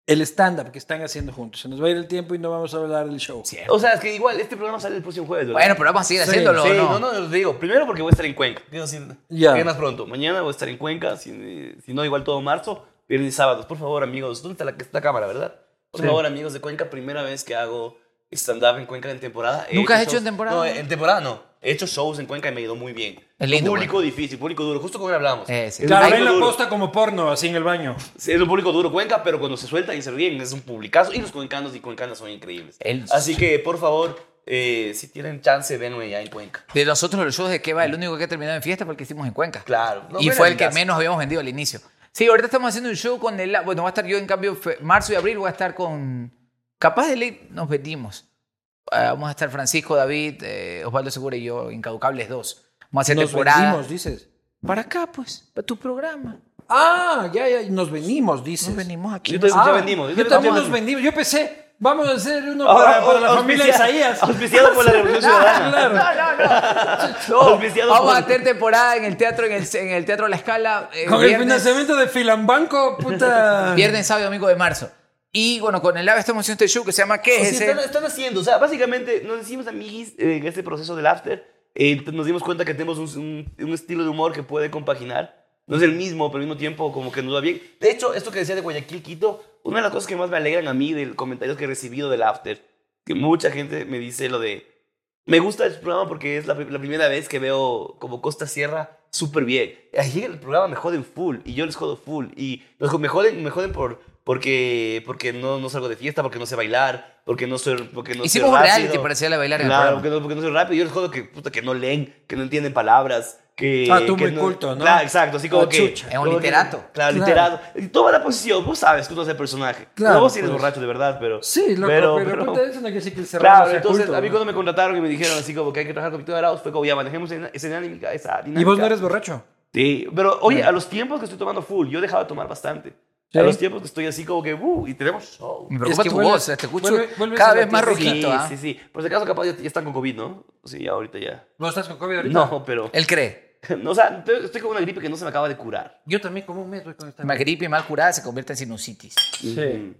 el stand-up que están haciendo juntos. Se nos va a ir el tiempo y no vamos a hablar del show. Sí. O sea, es que igual, este programa sale el próximo jueves, ¿verdad? Bueno, pero vamos a seguir Sí, haciéndolo, Sí, ¿no? no, no, os digo. Primero porque voy a estar en Cuenca. Quiero decir, Ya. que más pronto. Mañana voy a estar en Cuenca, si, si no, igual todo marzo, viernes y sábados. Por favor, amigos, ¿dónde está la, está la cámara, verdad? Por Sí. favor, amigos de Cuenca, primera vez que hago stand-up en Cuenca en temporada. He ¿Nunca has hecho shows- en temporada? No, en temporada no. He hecho shows en Cuenca y me ha ido muy bien. Es lindo, Público difícil, público duro. Justo como hoy hablamos. Eh, sí. Es un Claro, público ven la duro. posta como porno, así en el baño. Sí, Es un público duro Cuenca, pero cuando se sueltan y se ríen es un publicazo. Y los cuencanos y cuencanas son increíbles. El- Así que, por favor, eh, si tienen chance, venme ya en Cuenca. De nosotros los shows de qué va, el único que ha terminado en fiesta fue el que hicimos en Cuenca. Ah. Claro. No, y ven fue a el mi que casa. menos habíamos vendido al inicio. Sí, ahorita estamos haciendo un show con el... Bueno, va a estar yo en cambio fe- marzo y abril voy a estar con... Capaz de ley nos vendimos. Ah, vamos a estar Francisco, David, eh, Osvaldo Segura y yo, Incaducables 2. Vamos a hacer Nos temporada. venimos, dices. Para acá, pues, para tu programa. Ah, ya, ya, nos venimos, dices. Nos venimos aquí. Yo te- nos- Ah, Ya vendimos, ya Yo también vendimos. nos vendimos. Yo pensé, vamos a hacer uno Ahora, para, para la auspicia- familia Isaías. Ah, Auspiciado por la Revolución Ciudadana. No, Claro. no, no. Auspiciado Vamos a por- hacer temporada en el teatro, en el, en el teatro La Escala. eh, Con el viernes. financiamiento de Filambanco, puta. Viernes, sábado y domingo de marzo. Y bueno, con el AVE estamos haciendo este show que se llama ¿Qué O sea, es ese? están, están haciendo, o sea, básicamente nos hicimos amiguis eh, en este proceso del after. eh, nos dimos cuenta que tenemos un, un- un estilo de humor que puede compaginar. No es el mismo, pero al mismo tiempo como que nos va bien. De hecho, esto que decía de Guayaquil, Quito, una de las cosas que más me alegran a mí de comentarios que he recibido del after, que mucha gente me dice lo de, me gusta el programa porque es la, pri- la primera vez que veo como Costa Sierra súper bien. Ayer el programa me joden full y yo les jodo full. Y los jo- me joden, me joden por, porque, porque no, no salgo de fiesta, porque no sé bailar, porque no soy, porque no Hicimos soy un rápido. reality para hacerle bailar en el Claro, programa. porque no, porque no soy rápido. Yo les jodo que, puta, que no leen, que no entienden palabras. Que, Ah, tú que muy culto, ¿no? Claro, exacto. Así como Ah, que. chucha. Es un como que- literato. Claro. claro, literato. Y toma la posición. Vos sabes que no es el personaje. Claro, no, vos sí eres pues. borracho de verdad, pero. Sí, loco, pero, puta, eso no quiere decir que el cerrado Claro, sea entonces culto, a mí ¿no? cuando me contrataron y me dijeron así como que hay que trabajar con Víctor Arauz, fue como ya manejemos esa esa dinámica. Esa dinámica. Y vos no eres borracho. Sí, pero oye, a los tiempos que estoy tomando full, yo he dejado de tomar bastante. ¿Sí? A los tiempos que estoy así como que, uh, y tenemos show. Me preocupa Es que tu vuelve- voz, eh, te escucho vuelve- vuelves cada a la vez más tierra. Sí, rojito. ¿ah? sí, sí. Por si acaso, capaz ya, ya están con COVID, ¿no? Sí, ya ahorita ya. ¿Vos estás con COVID ahorita? No, pero. Él cree. No, o sea, te- estoy con una gripe que no se me acaba de curar. Yo también como un mes voy con esta. Una gripe mal curada se convierte en sinusitis. Ujú.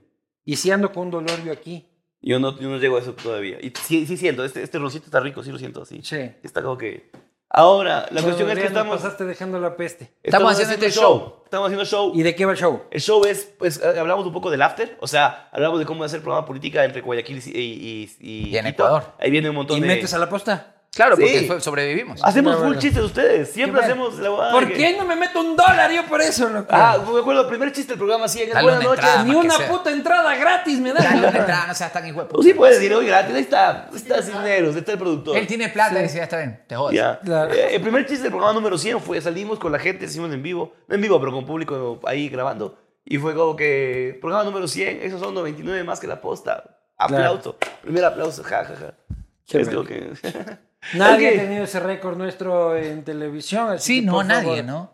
Y si ando con un dolor yo aquí. Yo no, yo no llego a eso todavía. Y sí, sí siento, este, este rosito está rico, sí lo siento, sí. Sí. Está como que. Ahora, la cuestión es que Todavía no estamos. pasaste dejando la peste. Estamos haciendo este show. Estamos haciendo show. ¿Y de qué va el show? El show es, pues, eh, hablamos un poco del after, o sea, hablamos de cómo hacer programa política entre Guayaquil y, y, y- Y en Quito. Ecuador. Ahí viene un ¿Y montón de... metes a la posta? Claro, Sí. Ah, porque fue- sobrevivimos. Hacemos Qué full bueno. chistes ustedes, siempre Qué bueno. hacemos la huevada ¿Por que- qué no me meto un dólar yo por eso, loco? Ah, me acuerdo, el primer chiste del programa sí, en Dale Buenas una noches. entrada. Ni que una sea. puta entrada gratis me Dale una dan. entrada, no seas tan hijo de Tú puta. Pues sí puedes decir, oye, gratis, ahí está, ahí está Cisneros, ahí está el productor. Él tiene plata y dice, ya está bien, te jodas. Ya. Pues, Claro. Eh, el primer chiste del programa número 100 fue, salimos con la gente, hicimos en vivo, no en vivo, pero con público ahí grabando. Y fue como que, programa número 100, esos son 99 más que la posta. Aplauso, primer aplauso, ja, ja, ja. Qué es bueno. lo que... Nadie Ok. ha tenido ese récord nuestro en televisión. así Sí, que, no, por nadie, favor, ¿no?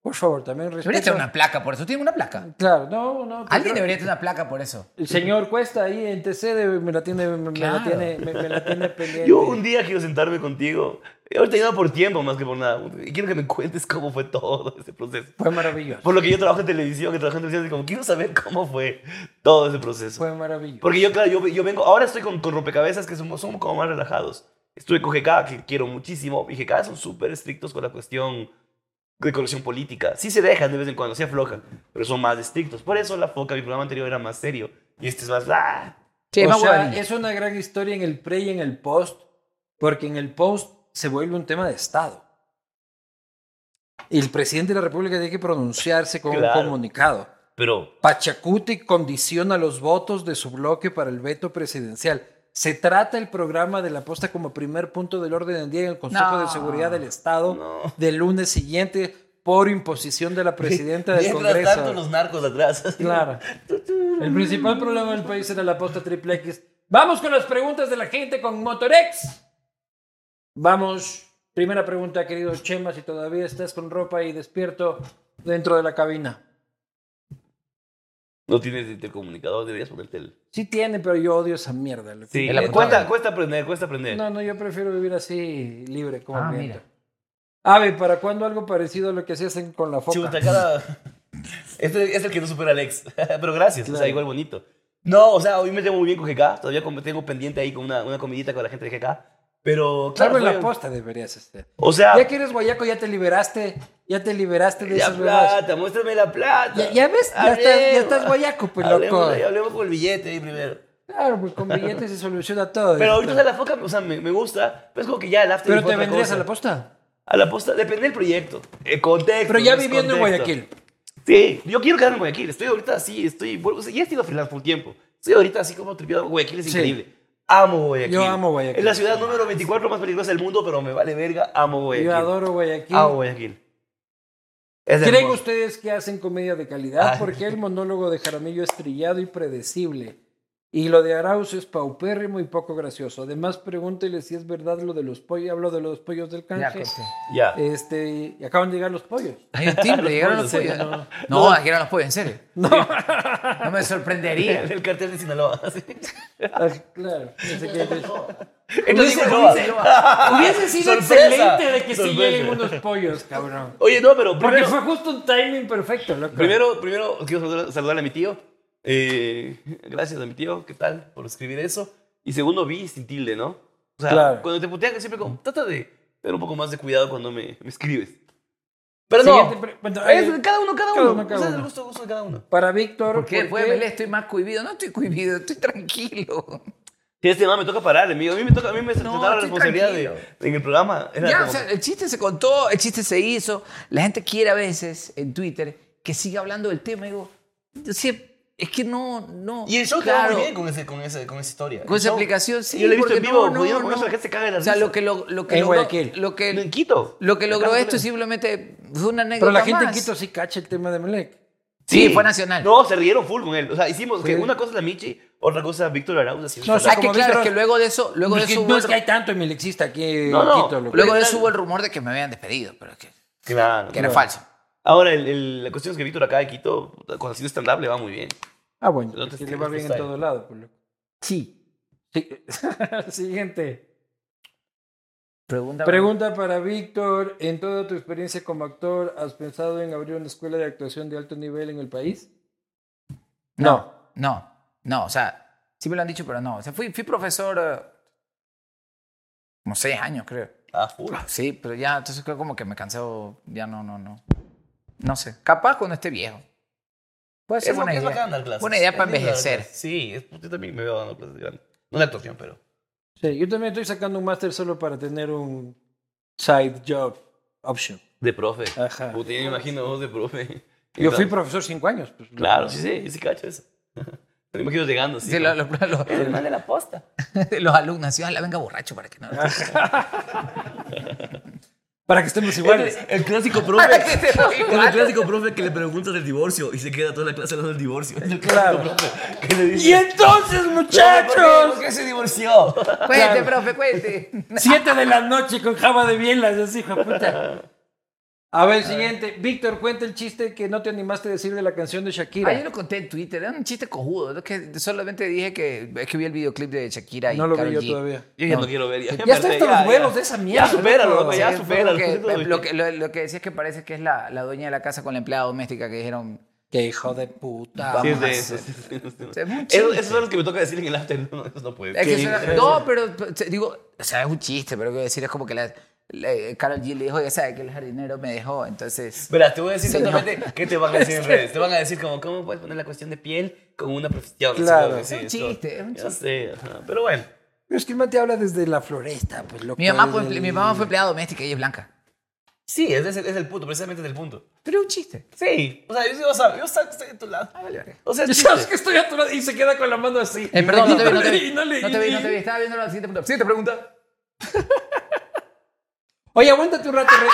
Por favor, también Debería respeto. tener una placa por eso. ¿Tiene una placa? Claro, no, no. pues, Alguien no. debería tener una placa por eso. El señor Cuesta ahí en TC debe- me la tiene, me, me Claro. la tiene, me, me la tiene pendiente. Yo un día quiero sentarme contigo. Y Ahorita yo no por tiempo más que por nada. Y quiero que me cuentes cómo fue todo ese proceso. Fue maravilloso. Por lo que yo trabajo en televisión, que trabajo en televisión, y como quiero saber cómo fue todo ese proceso. Fue maravilloso. Porque yo, claro, yo, yo vengo, ahora estoy con, con rompecabezas que somos, somos como más relajados. Estuve con GK, que quiero muchísimo. Y GK son súper estrictos con la cuestión de corrección política. Sí se dejan de vez en cuando, se aflojan, pero son más estrictos. Por eso la foca, mi programa anterior era más serio. Y este es más... ¡ah! Sí, o más sea, huevadilla. es una gran historia en el pre y en el post, porque en el post se vuelve un tema de Estado. Y el presidente de la República tiene que pronunciarse con Claro. un comunicado. Pero Pachacuti condiciona los votos de su bloque para el veto presidencial. Se trata el programa de la posta como primer punto del orden del día en el Consejo No. de Seguridad del Estado No. del lunes siguiente por imposición de la presidenta del mientras Congreso. tanto los narcos atrás. Claro. El principal problema del país era la posta triple X. Vamos con las preguntas de la gente con Motorex. Vamos. Primera pregunta, queridos Chema, si todavía estás con ropa y despierto dentro de la cabina. No tienes intercomunicador, deberías ponerte el... Sí tiene, pero yo odio esa mierda. loco. Sí, El eh, apuntado. cuesta, cuesta aprender, cuesta aprender. No, no, yo prefiero vivir así, libre, como Ah, el viento. mira. Ave, ¿para cuándo algo parecido a lo que hacías en- con la foca? Chuta, cada... Este es el que no supera al ex. Pero gracias, o Claro. sea, igual bonito. No, o sea, hoy me tengo muy bien con GK. Todavía como tengo pendiente ahí con una, una comidita con la gente de GK. Pero claro, Algo en la fue- posta deberías hacer. O sea, Ya que eres guayaco, ya te liberaste, ya te liberaste de la esas huevadas. plata, muéstrame la plata. Ya- ya ves, ya estás- ya estás guayaco, pues, loco. Hablemos, ahí, hablemos con el billete ahí primero. Claro, pues con billetes se soluciona todo. Pero ahorita Pero, o sea, la foca, o sea, me, me gusta. Pero es como que ya el after fue te otra vendrías cosa. a la posta. A la posta, depende del proyecto, el contexto. Pero ya no es viviendo en contexto. Guayaquil. Sí, yo quiero quedarme en Guayaquil. Estoy ahorita así, estoy. bueno, o sea, ya he sido freelance por un tiempo. Estoy ahorita así como tripeado. Guayaquil es Sí. increíble. Amo Guayaquil. Yo amo Guayaquil. Es la ciudad número 24 más peligrosa del mundo, pero me vale verga. Amo Guayaquil. Yo adoro Guayaquil. Amo Guayaquil. Ah, Es ¿Creen hermoso. ustedes que hacen comedia de calidad? Ay. Porque el monólogo de Jaramillo es trillado y predecible. Y lo de Arauz es paupérrimo y poco gracioso. Además, pregúntele si es verdad lo de los pollos. Hablo de los pollos del Ya, canje. corté. Ya. Este, y acaban de llegar los pollos. Hay un timbre, llegaron Los los pollos, pollos. sí, No, no. ah, llegaron los pollos, en serio. No, me eh. sorprendería. El cartel de Sinaloa. Ah, claro. Pensé que- Entonces, Hubiese- Sinaloa. hubiese- Hubiese sido Sorpresa. excelente de que sí Sorpresa. lleguen unos pollos, cabrón. Oye, no, pero Porque primero, fue justo un timing perfecto, loco. primero, primero quiero saludar, saludar a mi tío. Eh, gracias a mi tío, ¿qué tal? Por escribir eso. Y segundo, vi sin tilde, ¿no? O sea, Claro. cuando te putean, siempre como, trata de tener un poco más de cuidado cuando me, me escribes. Pero Siguiente no, pre- bueno, es eh, cada uno, cada cada uno. uno, cada o sea, es uno. el gusto, gusto de cada uno. para Víctor. ¿Por qué? Pues, Belé, estoy más cohibido. No estoy cohibido, estoy tranquilo. Sí, este tema me toca parar, amigo. A mí me toca, a mí me sentaron la estoy responsabilidad de, tranquilo. en el programa. Era Ya, como- o sea, el chiste se contó, el chiste se hizo. La gente quiere a veces en Twitter que siga hablando del tema. Y digo, yo sé, es que no, no. y el show te va claro, muy bien con, ese, con, ese, con esa historia. Con El esa show- aplicación, sí. Yo lo he visto en porque vivo, no, jodido, no, con no. eso la gente se caga de la O sea, risa. lo que, lo, lo que En logró, Guayaquil. lo que, En Quito. lo que logró Acá no esto tenemos. simplemente fue una Pero anécdota la gente en más. Quito sí cacha el tema de Melec. Sí, fue nacional. No, se rieron full con él. O sea, hicimos que Sí. una cosa es la Michi, otra cosa es Víctor Arauz. haciendo No, o stand-up. sea, Ah, que como claro, Víctor- es que luego de eso, luego de Es que eso no hubo es el- que hay tanto emilexista aquí en No, no. Quito, loco. Luego de Pero- eso hubo el rumor de que me habían despedido, pero que, Claro, que era claro. falso. Ahora, el- el- la cuestión es que Víctor acá de Quito, cuando haciendo stand-up, le va muy bien. Ah, bueno, No te porque le escribes va tu bien en style. todo lado, pues, loco. Sí. Siguiente. Pregunta. Pregunta para Víctor. ¿En toda tu experiencia como actor has pensado en abrir una escuela de actuación de alto nivel en el país? No. No, no, o sea, sí me lo han dicho, pero no. O sea, fui, fui profesor eh, como seis años, creo. Ah, full. Sí, pero ya, entonces creo como que me canseo, ya no, no, no. No sé, capaz cuando esté viejo. Puede Es ser lo buena que es bacán idea. dar clases. Buena idea para Es lindo dar envejecer. clases. Sí, es- yo también me veo dando clases de grande. No de actuación, pero. Sí, yo también estoy sacando un máster solo para tener un side job option. De profe. Ajá. Puta, yo me imagino vos de profe. Ah. Yo fui profesor cinco años. Pues, Claro, sí, sí, sí, cacho eso. Me imagino llegando así. Sí, ¿no? lo- lo- lo- lo- El man de la posta. los alumnos, sí, "Ah, la venga borracho para que no. Para que estemos El, iguales. el clásico Para profe. que te doy El igual. clásico profe que le preguntas del divorcio y se queda toda la clase hablando del divorcio. El clásico Claro. profe que le dice, Y entonces, muchachos. ¿Por qué se divorció? Cuente, profe, cuente. Siete de la noche con java de bielas, así, hijo de puta. A ver, siguiente. Víctor, cuenta el chiste que no te animaste a decir de la canción de Shakira. Ah, yo lo conté en Twitter, era un chiste cojudo. Es que solamente dije que es que vi el videoclip de Shakira y No lo vi Karol yo G. todavía. Yo ya no, quiero ver. Ya, Ya estoy hasta los huevos de esa mierda, Ya supéralo, loco. loco, Pues ya Sí, fue supéralo. porque, Esto es lo, que, lo, lo que decía es que parece que es la, la dueña de la casa con la empleada doméstica que dijeron. Qué hijo de puta. Sí, es vamos a de eso. hacer- Esos Es un chiste. esos son los que me toca decir en el after. No, esos no puede. Es que suena- no, pero pero, te digo, o sea, es un chiste, pero quiero decir, es como que la, la- Karol G le dijo, ya sabe que el jardinero me dejó, entonces. Espera, te voy a decir Señor. exactamente qué te van a decir en redes. Te van a decir como, ¿cómo puedes poner la cuestión de piel con una profesión? Claro. Sí, Es un esto- chiste, es un Ya sé, ajá, pero bueno. Pero es que el man te habla desde la floresta, pues loco. Mi mamá, fue, desde el- mi mamá fue empleada doméstica y ella es blanca. Sí, es, es, es el punto, precisamente del punto. Pero es un chiste. Sí, o sea, yo, sí, o sea, yo sa- estoy de tu Ah, lado. O sea, es ¿Sabes chiste. que estoy atorado? Y se queda con la mano así. Eh, perdón, no te vi, no te Y vi. no le- No te vi, y- no te vi. Estaba viendo la siguiente pregunta. Siguiente pregunta. Oye, aguántate un rato. Re...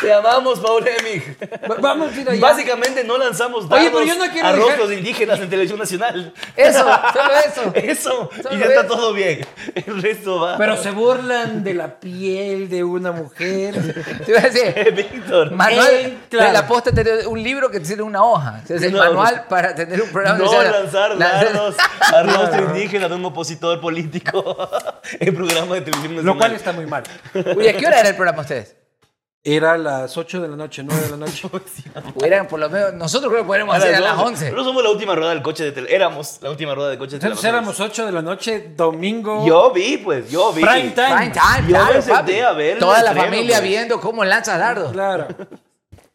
Te amamos, Paul Emig. Va- Vamos a ir allá. Básicamente no lanzamos dados Oye, pero yo no quiero a dejar- rostros indígenas en televisión nacional. Eso, solo eso. Eso, Solo y ya está eso. todo bien. El resto va. Pero se burlan de la piel de una mujer. Te iba a decir, Eh, Víctor. Manual Eh, claro. de la posta tener un libro que tiene una hoja. Es el No, manual para tener un programa. No que sea- lanzar la- dardos a rostro indígena de un opositor político en programa de televisión nacional. Lo cual está muy mal. Uy, ¿a qué hora era el programa ustedes? Era las 8 de la noche, 9 de la noche. Eran por lo menos, nosotros creo que podríamos A hacer a las las 11. 11. Pero somos la última rueda del coche de tele. Éramos la última rueda del coche de Entonces Televisión éramos 8 de la noche, domingo. Yo vi, pues, yo vi. Prime time. Prime time, Yo me claro, senté papi. a ver el Toda la estreno, familia güey. viendo cómo lanzas dardos. Claro.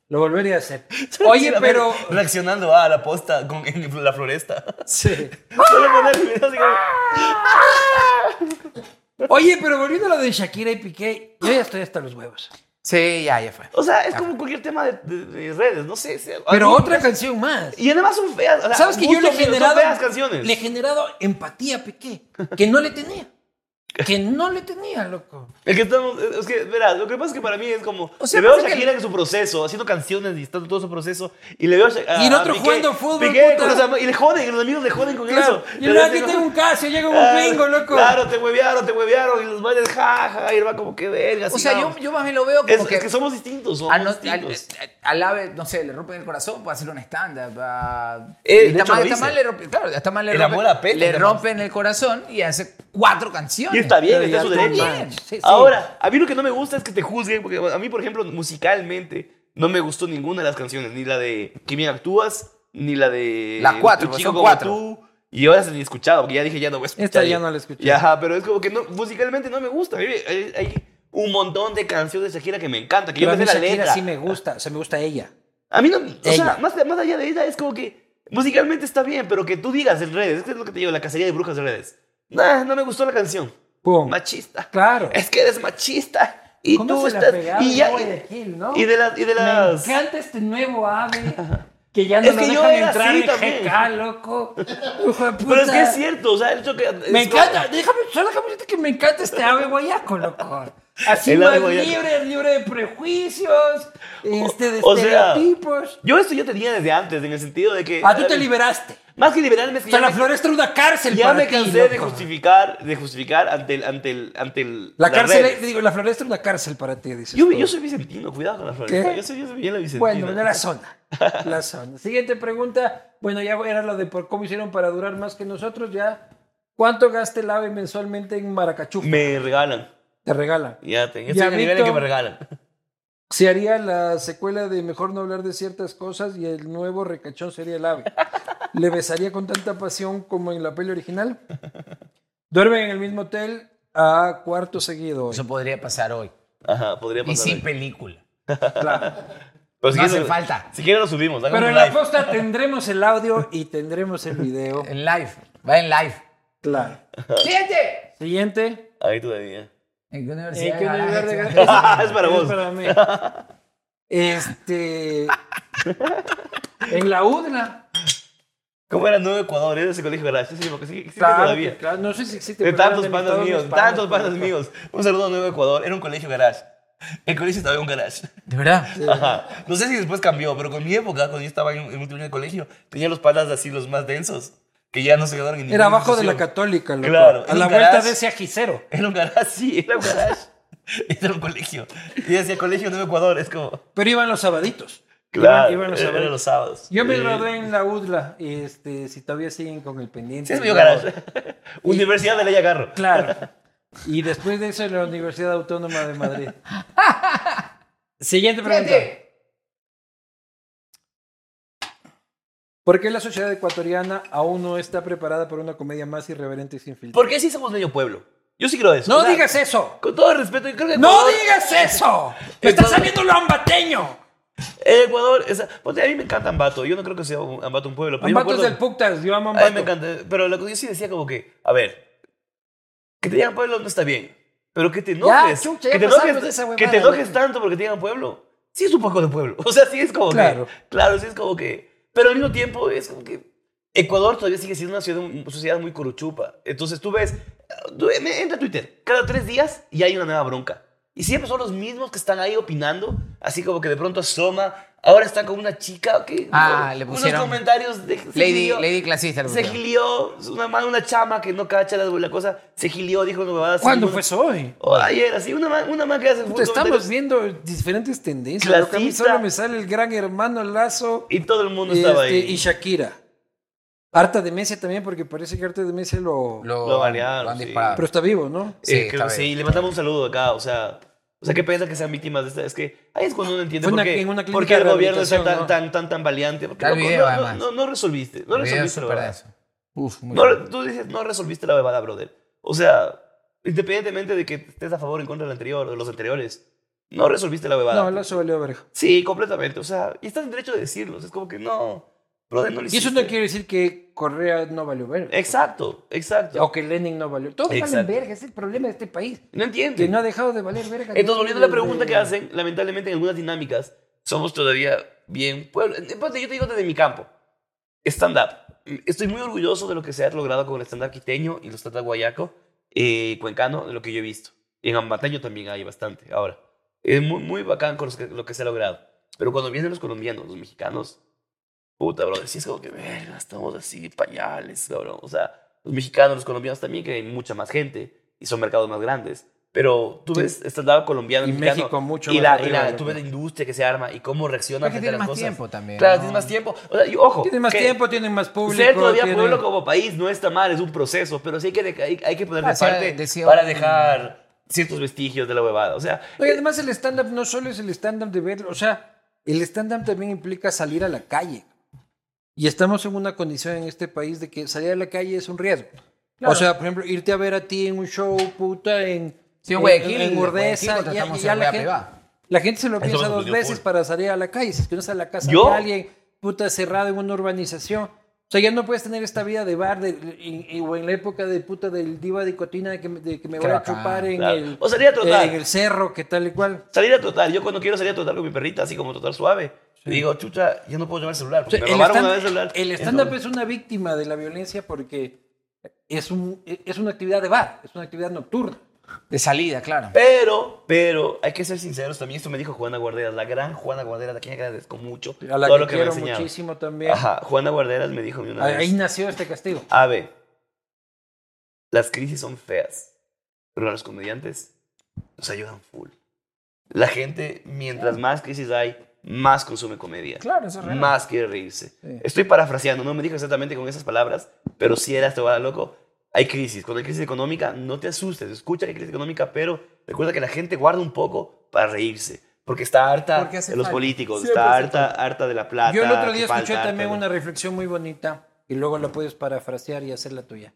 Lo volvería a hacer. Oye, A ver, pero. Reaccionando a la posta con, en la floresta. Sí. Solo poner el video así como- Oye, pero volviendo a lo de Shakira y Piqué, yo ya estoy hasta los huevos. Sí, ya, ya fue. O sea, es como cualquier tema de, de- de redes, no sé. sea- Ah. Pero algún- otra canción más. Y además son feas. o sea, ¿Sabes que yo gusto le he mío, son generado. feas canciones. Le he generado empatía a Piqué, que no le tenía. Que no le tenía, loco. Es que estamos. Es que, verás, lo que pasa es que para mí es como. O sea, le veo a pasa que- Shakira en su proceso, haciendo canciones y estando todo su proceso. Y le veo a Sha- a Y el otro a Piqué- jugando fútbol, Piqué puta. con los am- y le joden, los amigos le joden con Claro. eso. Y Le no, hacen aquí tengo como- un caso, llega un Claro, gringo, loco. Claro, te huevearon, te huevearon. Y los madres, jaja. Y él va como que verga. O sea, yo, yo más bien lo veo como Es, que... es que somos distintos. Somos a Ah, no- al, distintos. al ave, no sé, le rompen el corazón para hacer un stand-up. a- Eh, de y hecho Tamás- lo dice. Tamás le rompe- claro, a Tamás le El rompen, amor a Petro, le Tamás. rompen el corazón y hace cuatro canciones. Y está bien, Pero está en ya su está derecho. bien, sí, sí. Ahora, a mí lo que no me gusta es que te juzguen, porque a mí, por ejemplo, musicalmente, no me gustó ninguna de las canciones, ni la de Que bien actúas, ni la de Las cuatro, Un pues, chico son como cuatro. tú. Y ahora se ni he escuchado, porque ya dije, ya no voy a escuchar. Esta ya no la escuché. Ya, ajá, pero es como que no, musicalmente no me gusta. A mí me- hay, hay un montón de canciones de Shakira que me encanta, que Pero a yo me mí sé la Shakira letra. sí me gusta, se me gusta ella. A mí no, o Ella. sea, más, más allá de ella, es como que musicalmente está bien, pero que tú digas en redes, es que es lo que te digo, la cacería de brujas de redes. Nah, no me gustó la canción. Pum. Machista. Claro. Es que eres machista. Y ¿Cómo tú se la estás. pegaba y, ya, Laura y, de Gil, no? y de las. Y de las Me encanta este nuevo ave que ya no Es lo que yo dejan era entrar así en también. GK, loco. Hijo de pero es puta. que es cierto, o sea, el hecho que. Me es- encanta, déjame, solo déjame decirte que me encanta este ave guayaco, loco. Así El más ave guayaco. libre, libre de prejuicios, este, de O sea, estereotipos. yo esto yo tenía desde antes, en el sentido de que. eh, ah, tú te liberaste. Más que liberarme, es O que sea, ya la me- floresta era una cárcel ya para me ti, cansé de loco. justificar, de justificar ante el. Ante el, ante el La las cárcel, redes. digo, la floresta era una cárcel para ti, dices. Yo, tú. yo soy vicentino, cuidado con la floresta. ¿Qué? Yo soy, yo soy bien la vicentina. Bueno, de la zona. La zona. Siguiente pregunta. Bueno, ya era lo de por cómo hicieron para durar más que nosotros. Ya, ¿cuánto gasta el AVE mensualmente en Maracachú? Me regalan. Te regalan. Ya, te, yo Ya, estoy en el nivel en que Víctor. me regalan. Se haría la secuela de Mejor no hablar de ciertas cosas y el nuevo recachón sería el AVE. ¿Le besaría con tanta pasión como en la peli original? Duermen en el mismo hotel a cuarto seguido. hoy. Eso podría pasar hoy. Ajá, podría Y pasar. sin ahí. película. Pero si no quieres hace lo- falta. Si quieres lo subimos. hagamos Pero un en la live. posta tendremos el audio y tendremos el video. En live. Va en live. Claro. ¡Siete! Siguiente. Ahí todavía. ¿En qué universidad? ¿En Eh, qué lugar de- ganaste? Es para vos. mí. Este. En la UDLA. ¿Cómo era Nuevo Ecuador? Era ese colegio ¿verdad? Sí, sí, porque sí existe Claro, todavía. que- claro, No sé si existe. De pero tantos eran mis- panas todos mis míos, tantos panas, panas míos. Un saludo a Nuevo Ecuador. Era un colegio garage. El colegio estaba en un garage. ¿De verdad? Ajá. No sé si después cambió, pero con mi época, cuando yo estaba en, en último año de colegio, tenía los panas así los más densos, que ya no se quedaron en ninguna Era abajo de la institución. católica, loco. Claro, A en la un vuelta garage. de ese ajicero. Era un garage, sí, era un garage. era un colegio. Y decía colegio Nuevo Ecuador, es como... Pero iban los sabaditos. Iban, Claro, iban los era sabaditos. los sábados. Yo me Eh, gradué en la UDLA. Este, si todavía siguen con el pendiente. Sí, es medio garage. Universidad de Ley Agarro. Claro. Y después de eso en la Universidad Autónoma de Madrid. Siguiente pregunta. Siete. ¿Por qué la sociedad ecuatoriana aún no está preparada para una comedia más irreverente y sin filtro? Porque sí somos medio pueblo. Yo sí creo eso. No O sea, digas eso. Con todo el respeto, yo creo que No Ecuador- digas eso. Me está saliendo lo ambateño. El Ecuador, o sea, ponte, a mí me encanta Ambato. Yo no creo que sea un- Ambato un pueblo. Pero yo me Ambato es acuerdo- del Puctas, yo amo A mí me Ambato. encanta. Pero lo que yo sí decía como que, a ver, que te digan pueblo no está bien. Pero que te enojes. chucha, ya que te pasamos enojes, de esa huevada, que te enojes loco. tanto porque te digan pueblo. Sí es un poco de pueblo. O sea, sí es como Claro. que... Claro, sí es como que... Pero al mismo tiempo es como que... Ecuador todavía sigue siendo una ciudad, una sociedad muy eh, coruchupa. Entonces tú ves... tú- me- Entra a Twitter. Cada tres días y hay una nueva bronca. Y siempre son los mismos que están ahí opinando, así como que de pronto asoma. Ahora está con una chica que. Ah, le unos pusieron- comentarios de. se Lady, gilió. lady clasista. le Se pusieron. gilió, una, ma- una chama que no cacha la, la cosa, se gilió, dijo no va a ¿Cuándo fue eso Pues hoy? O ayer, así, una, ma- una ma que hace Puta, putos Estamos comentarios viendo diferentes tendencias. loco. A mí Clasista. solo me sale el gran hermano Lazo y todo el mundo este, estaba ahí. y Shakira. Harta de Messi también, porque parece que Harta de Messi lo... Lo banearon, han sí. disparado. Pero está vivo, ¿no? Eh, Sí, creo está que sí, bien. le mandamos un saludo acá, o sea, o sea, ¿qué piensan que sean víctimas de esta? Es que ahí es cuando uno entiende Fue por una- qué, en una clínica por qué el de gobierno está tan, rehabilitación, tan, tan, tan valiante. Porque Está el loco, video, no, no, además. no, no resolviste, no El video es resolviste la súper huevada. denso. Uf, muy No, tú dices, no resolviste la bebada, brother. O sea, independientemente de que estés a favor o en contra del anterior, de los anteriores, no resolviste la bebada. No, Lazo valió verga. Sí, completamente. O sea, y estás en derecho de decirlos. Es como que no, brother, no lo Y eso no hiciste. quiere decir que Correa no valió Eh. verga. Exacto, exacto. O que Lenin no valió. Todos valen Exacto. verga, es el problema de este país. No entiendo. Que no ha dejado de valer verga. Entonces, volviendo a la pregunta que hace hacen, lamentablemente en algunas dinámicas somos todavía bien pueblo. Ponte, Yo te digo desde mi campo, stand-up. Estoy muy orgulloso de lo que se ha logrado con el stand-up quiteño y los stand-up guayaco, eh, cuencano, de lo que yo he visto. Y en Ambateño también hay bastante ahora. Es muy, muy bacán con los que- lo que se ha logrado. Pero cuando vienen los colombianos, los mexicanos, puta, bro, sí es como que, verga, estamos así, pañales, cabrón. O sea, los mexicanos, los colombianos también, que hay mucha más gente y son mercados más grandes. Pero tú ves stand-up colombiano, Y mexicano, México mucho y más la, y arriba, la- loco. tú ves la industria que se arma y cómo reacciona Porque frente a tiene las más cosas. tiempo también. Claro, ¿no? tienes más tiempo. O sea, y ojo. Tienen más que tiempo, tienen más público. Ser Pues todavía tienen- pueblo como país no está mal, es un proceso, pero sí hay que, de- hay, hay que poner de Ah, o sea, parte decía para un- dejar ciertos vestigios de la huevada. O sea, Oye, además el stand-up no solo es el stand-up de ver, o sea, el stand-up también implica salir a la calle. Y estamos en una condición en este país de que salir a la calle es un riesgo. O sea, por ejemplo, irte a ver a ti en un show, puta, en, Sí, en en- Guayaquil, en Urdesa, Guayaquil contratamos ya- ya seguridad la, gente, privada. la gente se lo piensa nos dos dio veces full. para salir a la calle. Si es que no sale a la casa ¿Yo? de alguien, puta, cerrado en una urbanización. O sea, ya no puedes tener esta vida de bar de, y- y- o en la época de puta del diva de cotina de que, me- de que me Qué voy a bacán. chupar en, Claro. el, O salir a trotar. en el cerro, que tal y cual. salir a trotar. Yo cuando quiero salir a trotar con mi perrita, así como trotar suave, digo, chucha, ya no puedo llevar celular. O Porque sea, me el robaron una stand- vez el celular. el stand-up es una víctima de la violencia porque es, un, es una actividad de bar, es una actividad nocturna. De salida, claro. Pero, pero, hay que ser sinceros también. Esto me dijo Juana Guarderas, la gran Juana Guarderas, a quien agradezco mucho. A la todo que, lo que Ah, pues. me quiero ha enseñado. muchísimo también. Ajá, Juana Guarderas me dijo a mí una Ahí vez. nació este castigo. Ave, las crisis son feas, pero a los comediantes nos ayudan full. La gente, mientras más crisis hay, más consume comedia. Claro, eso es real. más quiere reírse. Sí. Estoy parafraseando, no me dijo exactamente con esas palabras, pero si era esto, va loco. Hay crisis. Cuando hay crisis económica, no te asustes. Escucha que hay crisis económica, pero recuerda que la gente guarda un poco para reírse. Porque está harta Porque hace de los falta. políticos, Siempre está hace harta, harta de la plata. Yo el otro que día Ah, falta, escuché harta también de- una reflexión muy bonita y luego la puedes parafrasear y hacer la tuya.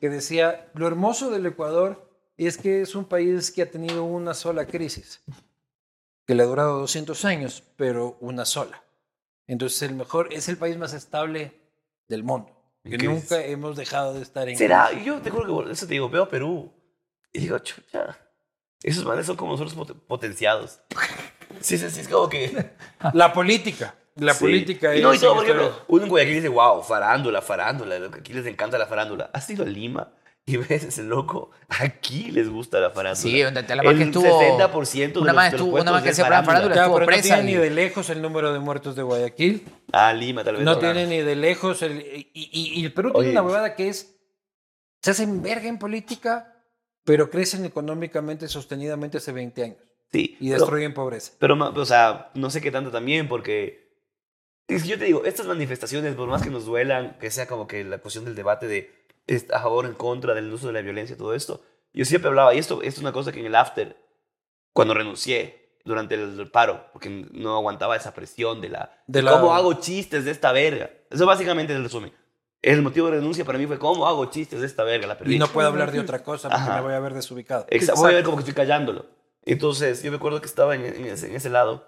Que decía, lo hermoso del Ecuador es que es un país que ha tenido una sola crisis, que le ha durado 200 años, pero una sola. Entonces el mejor, es el país más estable del mundo. ¿En Que crisis? nunca hemos dejado de estar en ¿Será? Yo te juro que eso te digo, veo a Perú y digo, chucha, esos manes son como nosotros pot- potenciados. Sí, sí, sí, es como que... La política. La Sí. política Y No, y es todo, en por este- ejemplo, uno en Guayaquil dice, wow, farándula, farándula, lo que aquí les encanta la farándula. ¿Has ido a Lima? Y ves ese loco, aquí les gusta la farándula. Sí, donde la más El que estuvo. 60% de una los- más de los estuvo- puestos Una más que es se la farándula farándula. Claro, estuvo pero no presa. tiene ni y- de lejos el número de muertos de Guayaquil. Ah, Lima, tal vez. No no. tiene ni de lejos. El, y, y, y el Perú Oye. pues tiene una huevada que es. Se hacen verga en política, pero crecen económicamente sostenidamente hace 20 años Sí, y pero- destruyen pobreza. Pero, ma- o sea, no sé qué tanto también, porque. Es que yo te digo, estas manifestaciones, por más que nos duelan, que sea como que la cuestión del debate de es a favor o en contra del uso de la violencia, todo esto, yo siempre hablaba, y esto, esto es una cosa que en el after, cuando renuncié durante el, paro, porque no aguantaba esa presión de la, De la- ¿Cómo hago chistes de esta verga? Eso básicamente es el resumen. El motivo de renuncia para mí fue: ¿cómo hago chistes de esta verga? La perdí. Y no puedo hablar de otra cosa porque Ajá. me voy a ver desubicado. Exa- Voy a ver como que estoy callándolo. Entonces, yo me acuerdo que estaba en, en ese, en ese lado.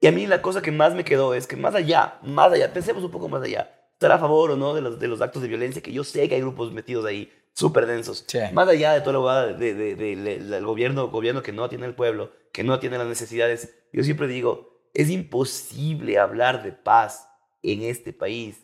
Y a mí la cosa que más me quedó es que más allá, más allá, pensemos un poco más allá, estar a favor o no de los, de los actos de violencia, que yo sé que hay grupos metidos ahí súper densos. Sí. Más allá de toda la huevada de- de- de- de- del gobierno, gobierno que no atiende al pueblo, que no atiende las necesidades, yo siempre digo, es imposible hablar de paz en este país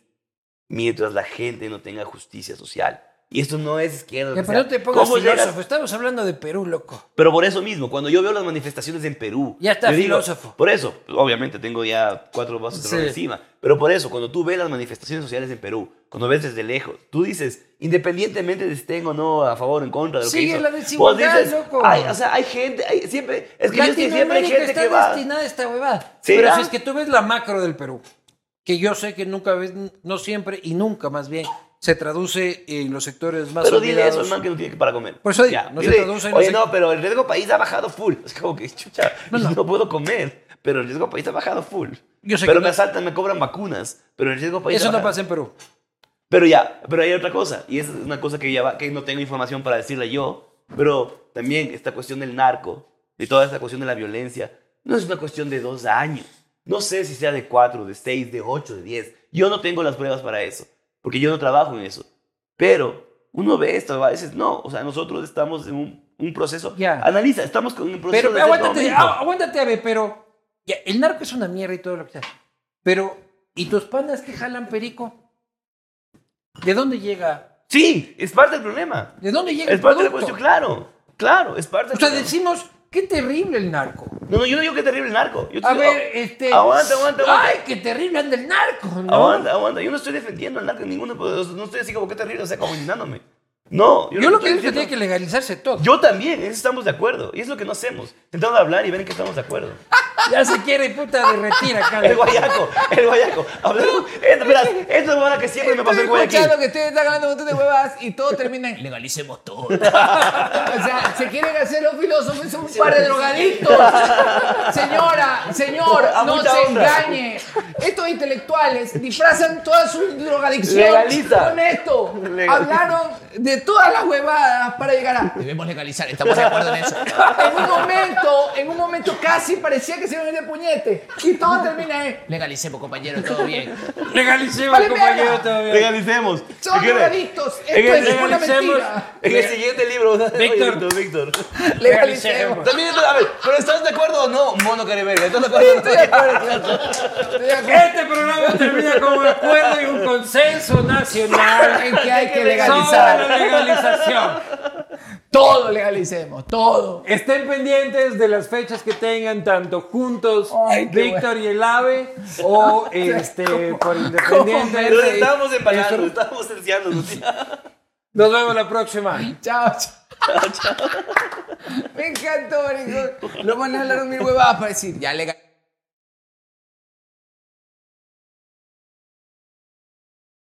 mientras la gente no tenga justicia social. Y esto no es izquierda. Ya, o pero sea, no te pongas ¿cómo llegas? filósofo. Estamos hablando de Perú, loco. Pero por eso mismo, cuando yo veo las manifestaciones en Perú. Ya está, yo digo- filósofo. por eso, obviamente tengo ya cuatro vasos de ron Sí. encima. Pero por eso, cuando tú ves las manifestaciones sociales en Perú, cuando ves desde lejos, tú dices, independientemente de si estén o no a favor o en contra de lo Sigue que hizo, la desigualdad, vos dices, loco. "Ay, o sea, hay gente, hay, siempre. Es que yo es que siempre hay Latinoamérica gente está que va. destinada a esta huevada. Sí, Pero ¿ah? si es que tú ves la macro del Perú, que yo sé que nunca ves, no siempre y nunca más bien, se traduce en los sectores más Pero dile olvidados. eso al man que no tiene que para comer. Por eso digo, Ya, no se dile, traduce, no Oye, se- no, pero el riesgo país ha bajado full. Es como que, chucha, no, puedo comer, pero el riesgo país ha bajado full. Yo sé pero que me no- asaltan, me cobran vacunas, pero el riesgo país ha Eso no bajado. pasa en Perú. Pero ya, pero hay otra cosa, y es una cosa que ya va- que no tengo información para decirla yo, pero también esta cuestión del narco y toda esta cuestión de la violencia, no es una cuestión de dos años. No sé si sea de cuatro, de seis, de ocho, de diez. Yo no tengo las pruebas para eso, porque yo no trabajo en eso. Pero uno ve esto, a veces no. O sea, nosotros estamos en un, un proceso. Ya. Analiza, estamos con un proceso. Pero desde el aguántate, momento. ah, aguántate, Abe, pero ya, el narco es una mierda y todo lo que sea. Pero, ¿y tus panas que jalan perico? ¿De dónde llega? Sí, es parte del problema. ¿De dónde llega Es el parte de la producto? cuestión, claro. Claro, es parte del O sea, problema. decimos, qué terrible el narco. No, no, yo no digo que terrible el narco. Yo te A digo- ver, este... oh, Aguanta, aguanta, aguanta. Ay, qué terrible anda el narco, ¿no? Aguanta, aguanta. Yo no estoy defendiendo al narco en ninguno. pues, No estoy así como que terrible, o sea, como indignándome. No, Yo lo que digo es estoy que tiene que diciendo- legalizarse todo. Yo también, en eso estamos de acuerdo. Y es lo que no hacemos. Intentando hablar y ver en qué estamos de acuerdo. Ya se quiere puta derretir acá. El guayaco, el guayaco. Hablando- Esto, verás, esto es lo bueno que siempre me pasó Estoy en Guayaquil. escuchando que ustedes están hablando un montón de huevas y todo termina en legalicemos todo. o sea, se quieren hacer los filósofos, son un par de drogadictos. Señora, señor, A no mucha se honra. engañe. Estos intelectuales disfrazan toda su drogadicción Legaliza. con esto. Legaliza. Hablaron de todas las huevadas para llegar a debemos legalizar, estamos de acuerdo en eso. En un momento, en un momento casi parecía que se iban a ir de puñete y todo termina en legalicemos, compañero, todo bien. Legalicemos, Vale, compañero, verga. todavía. Legalicemos. Son ¿Qué quieres? drogadictos, esto Legalicemos. es una mentira. En el siguiente libro. Víctor. Víctor. Víctor, Víctor. Legalicemos. También, esto- a ver, ¿pero estás de acuerdo o no? Mono Caribeño. ¿Estás de Sí, acuerdo o no? estoy de acuerdo, claro. Estoy de acuerdo Este programa termina con un acuerdo y un consenso nacional en que hay que sobre la legalizar. legalización. Todo legalicemos, todo. Estén pendientes de las fechas que tengan tanto juntos Ay, qué Víctor y el AVE o este por Pero independientes. estábamos empalando, estábamos terciándonos. Nos vemos la próxima. Chao, chao. Me encantó, marico. Lo van a hablar mil huevadas para decir, ya legal.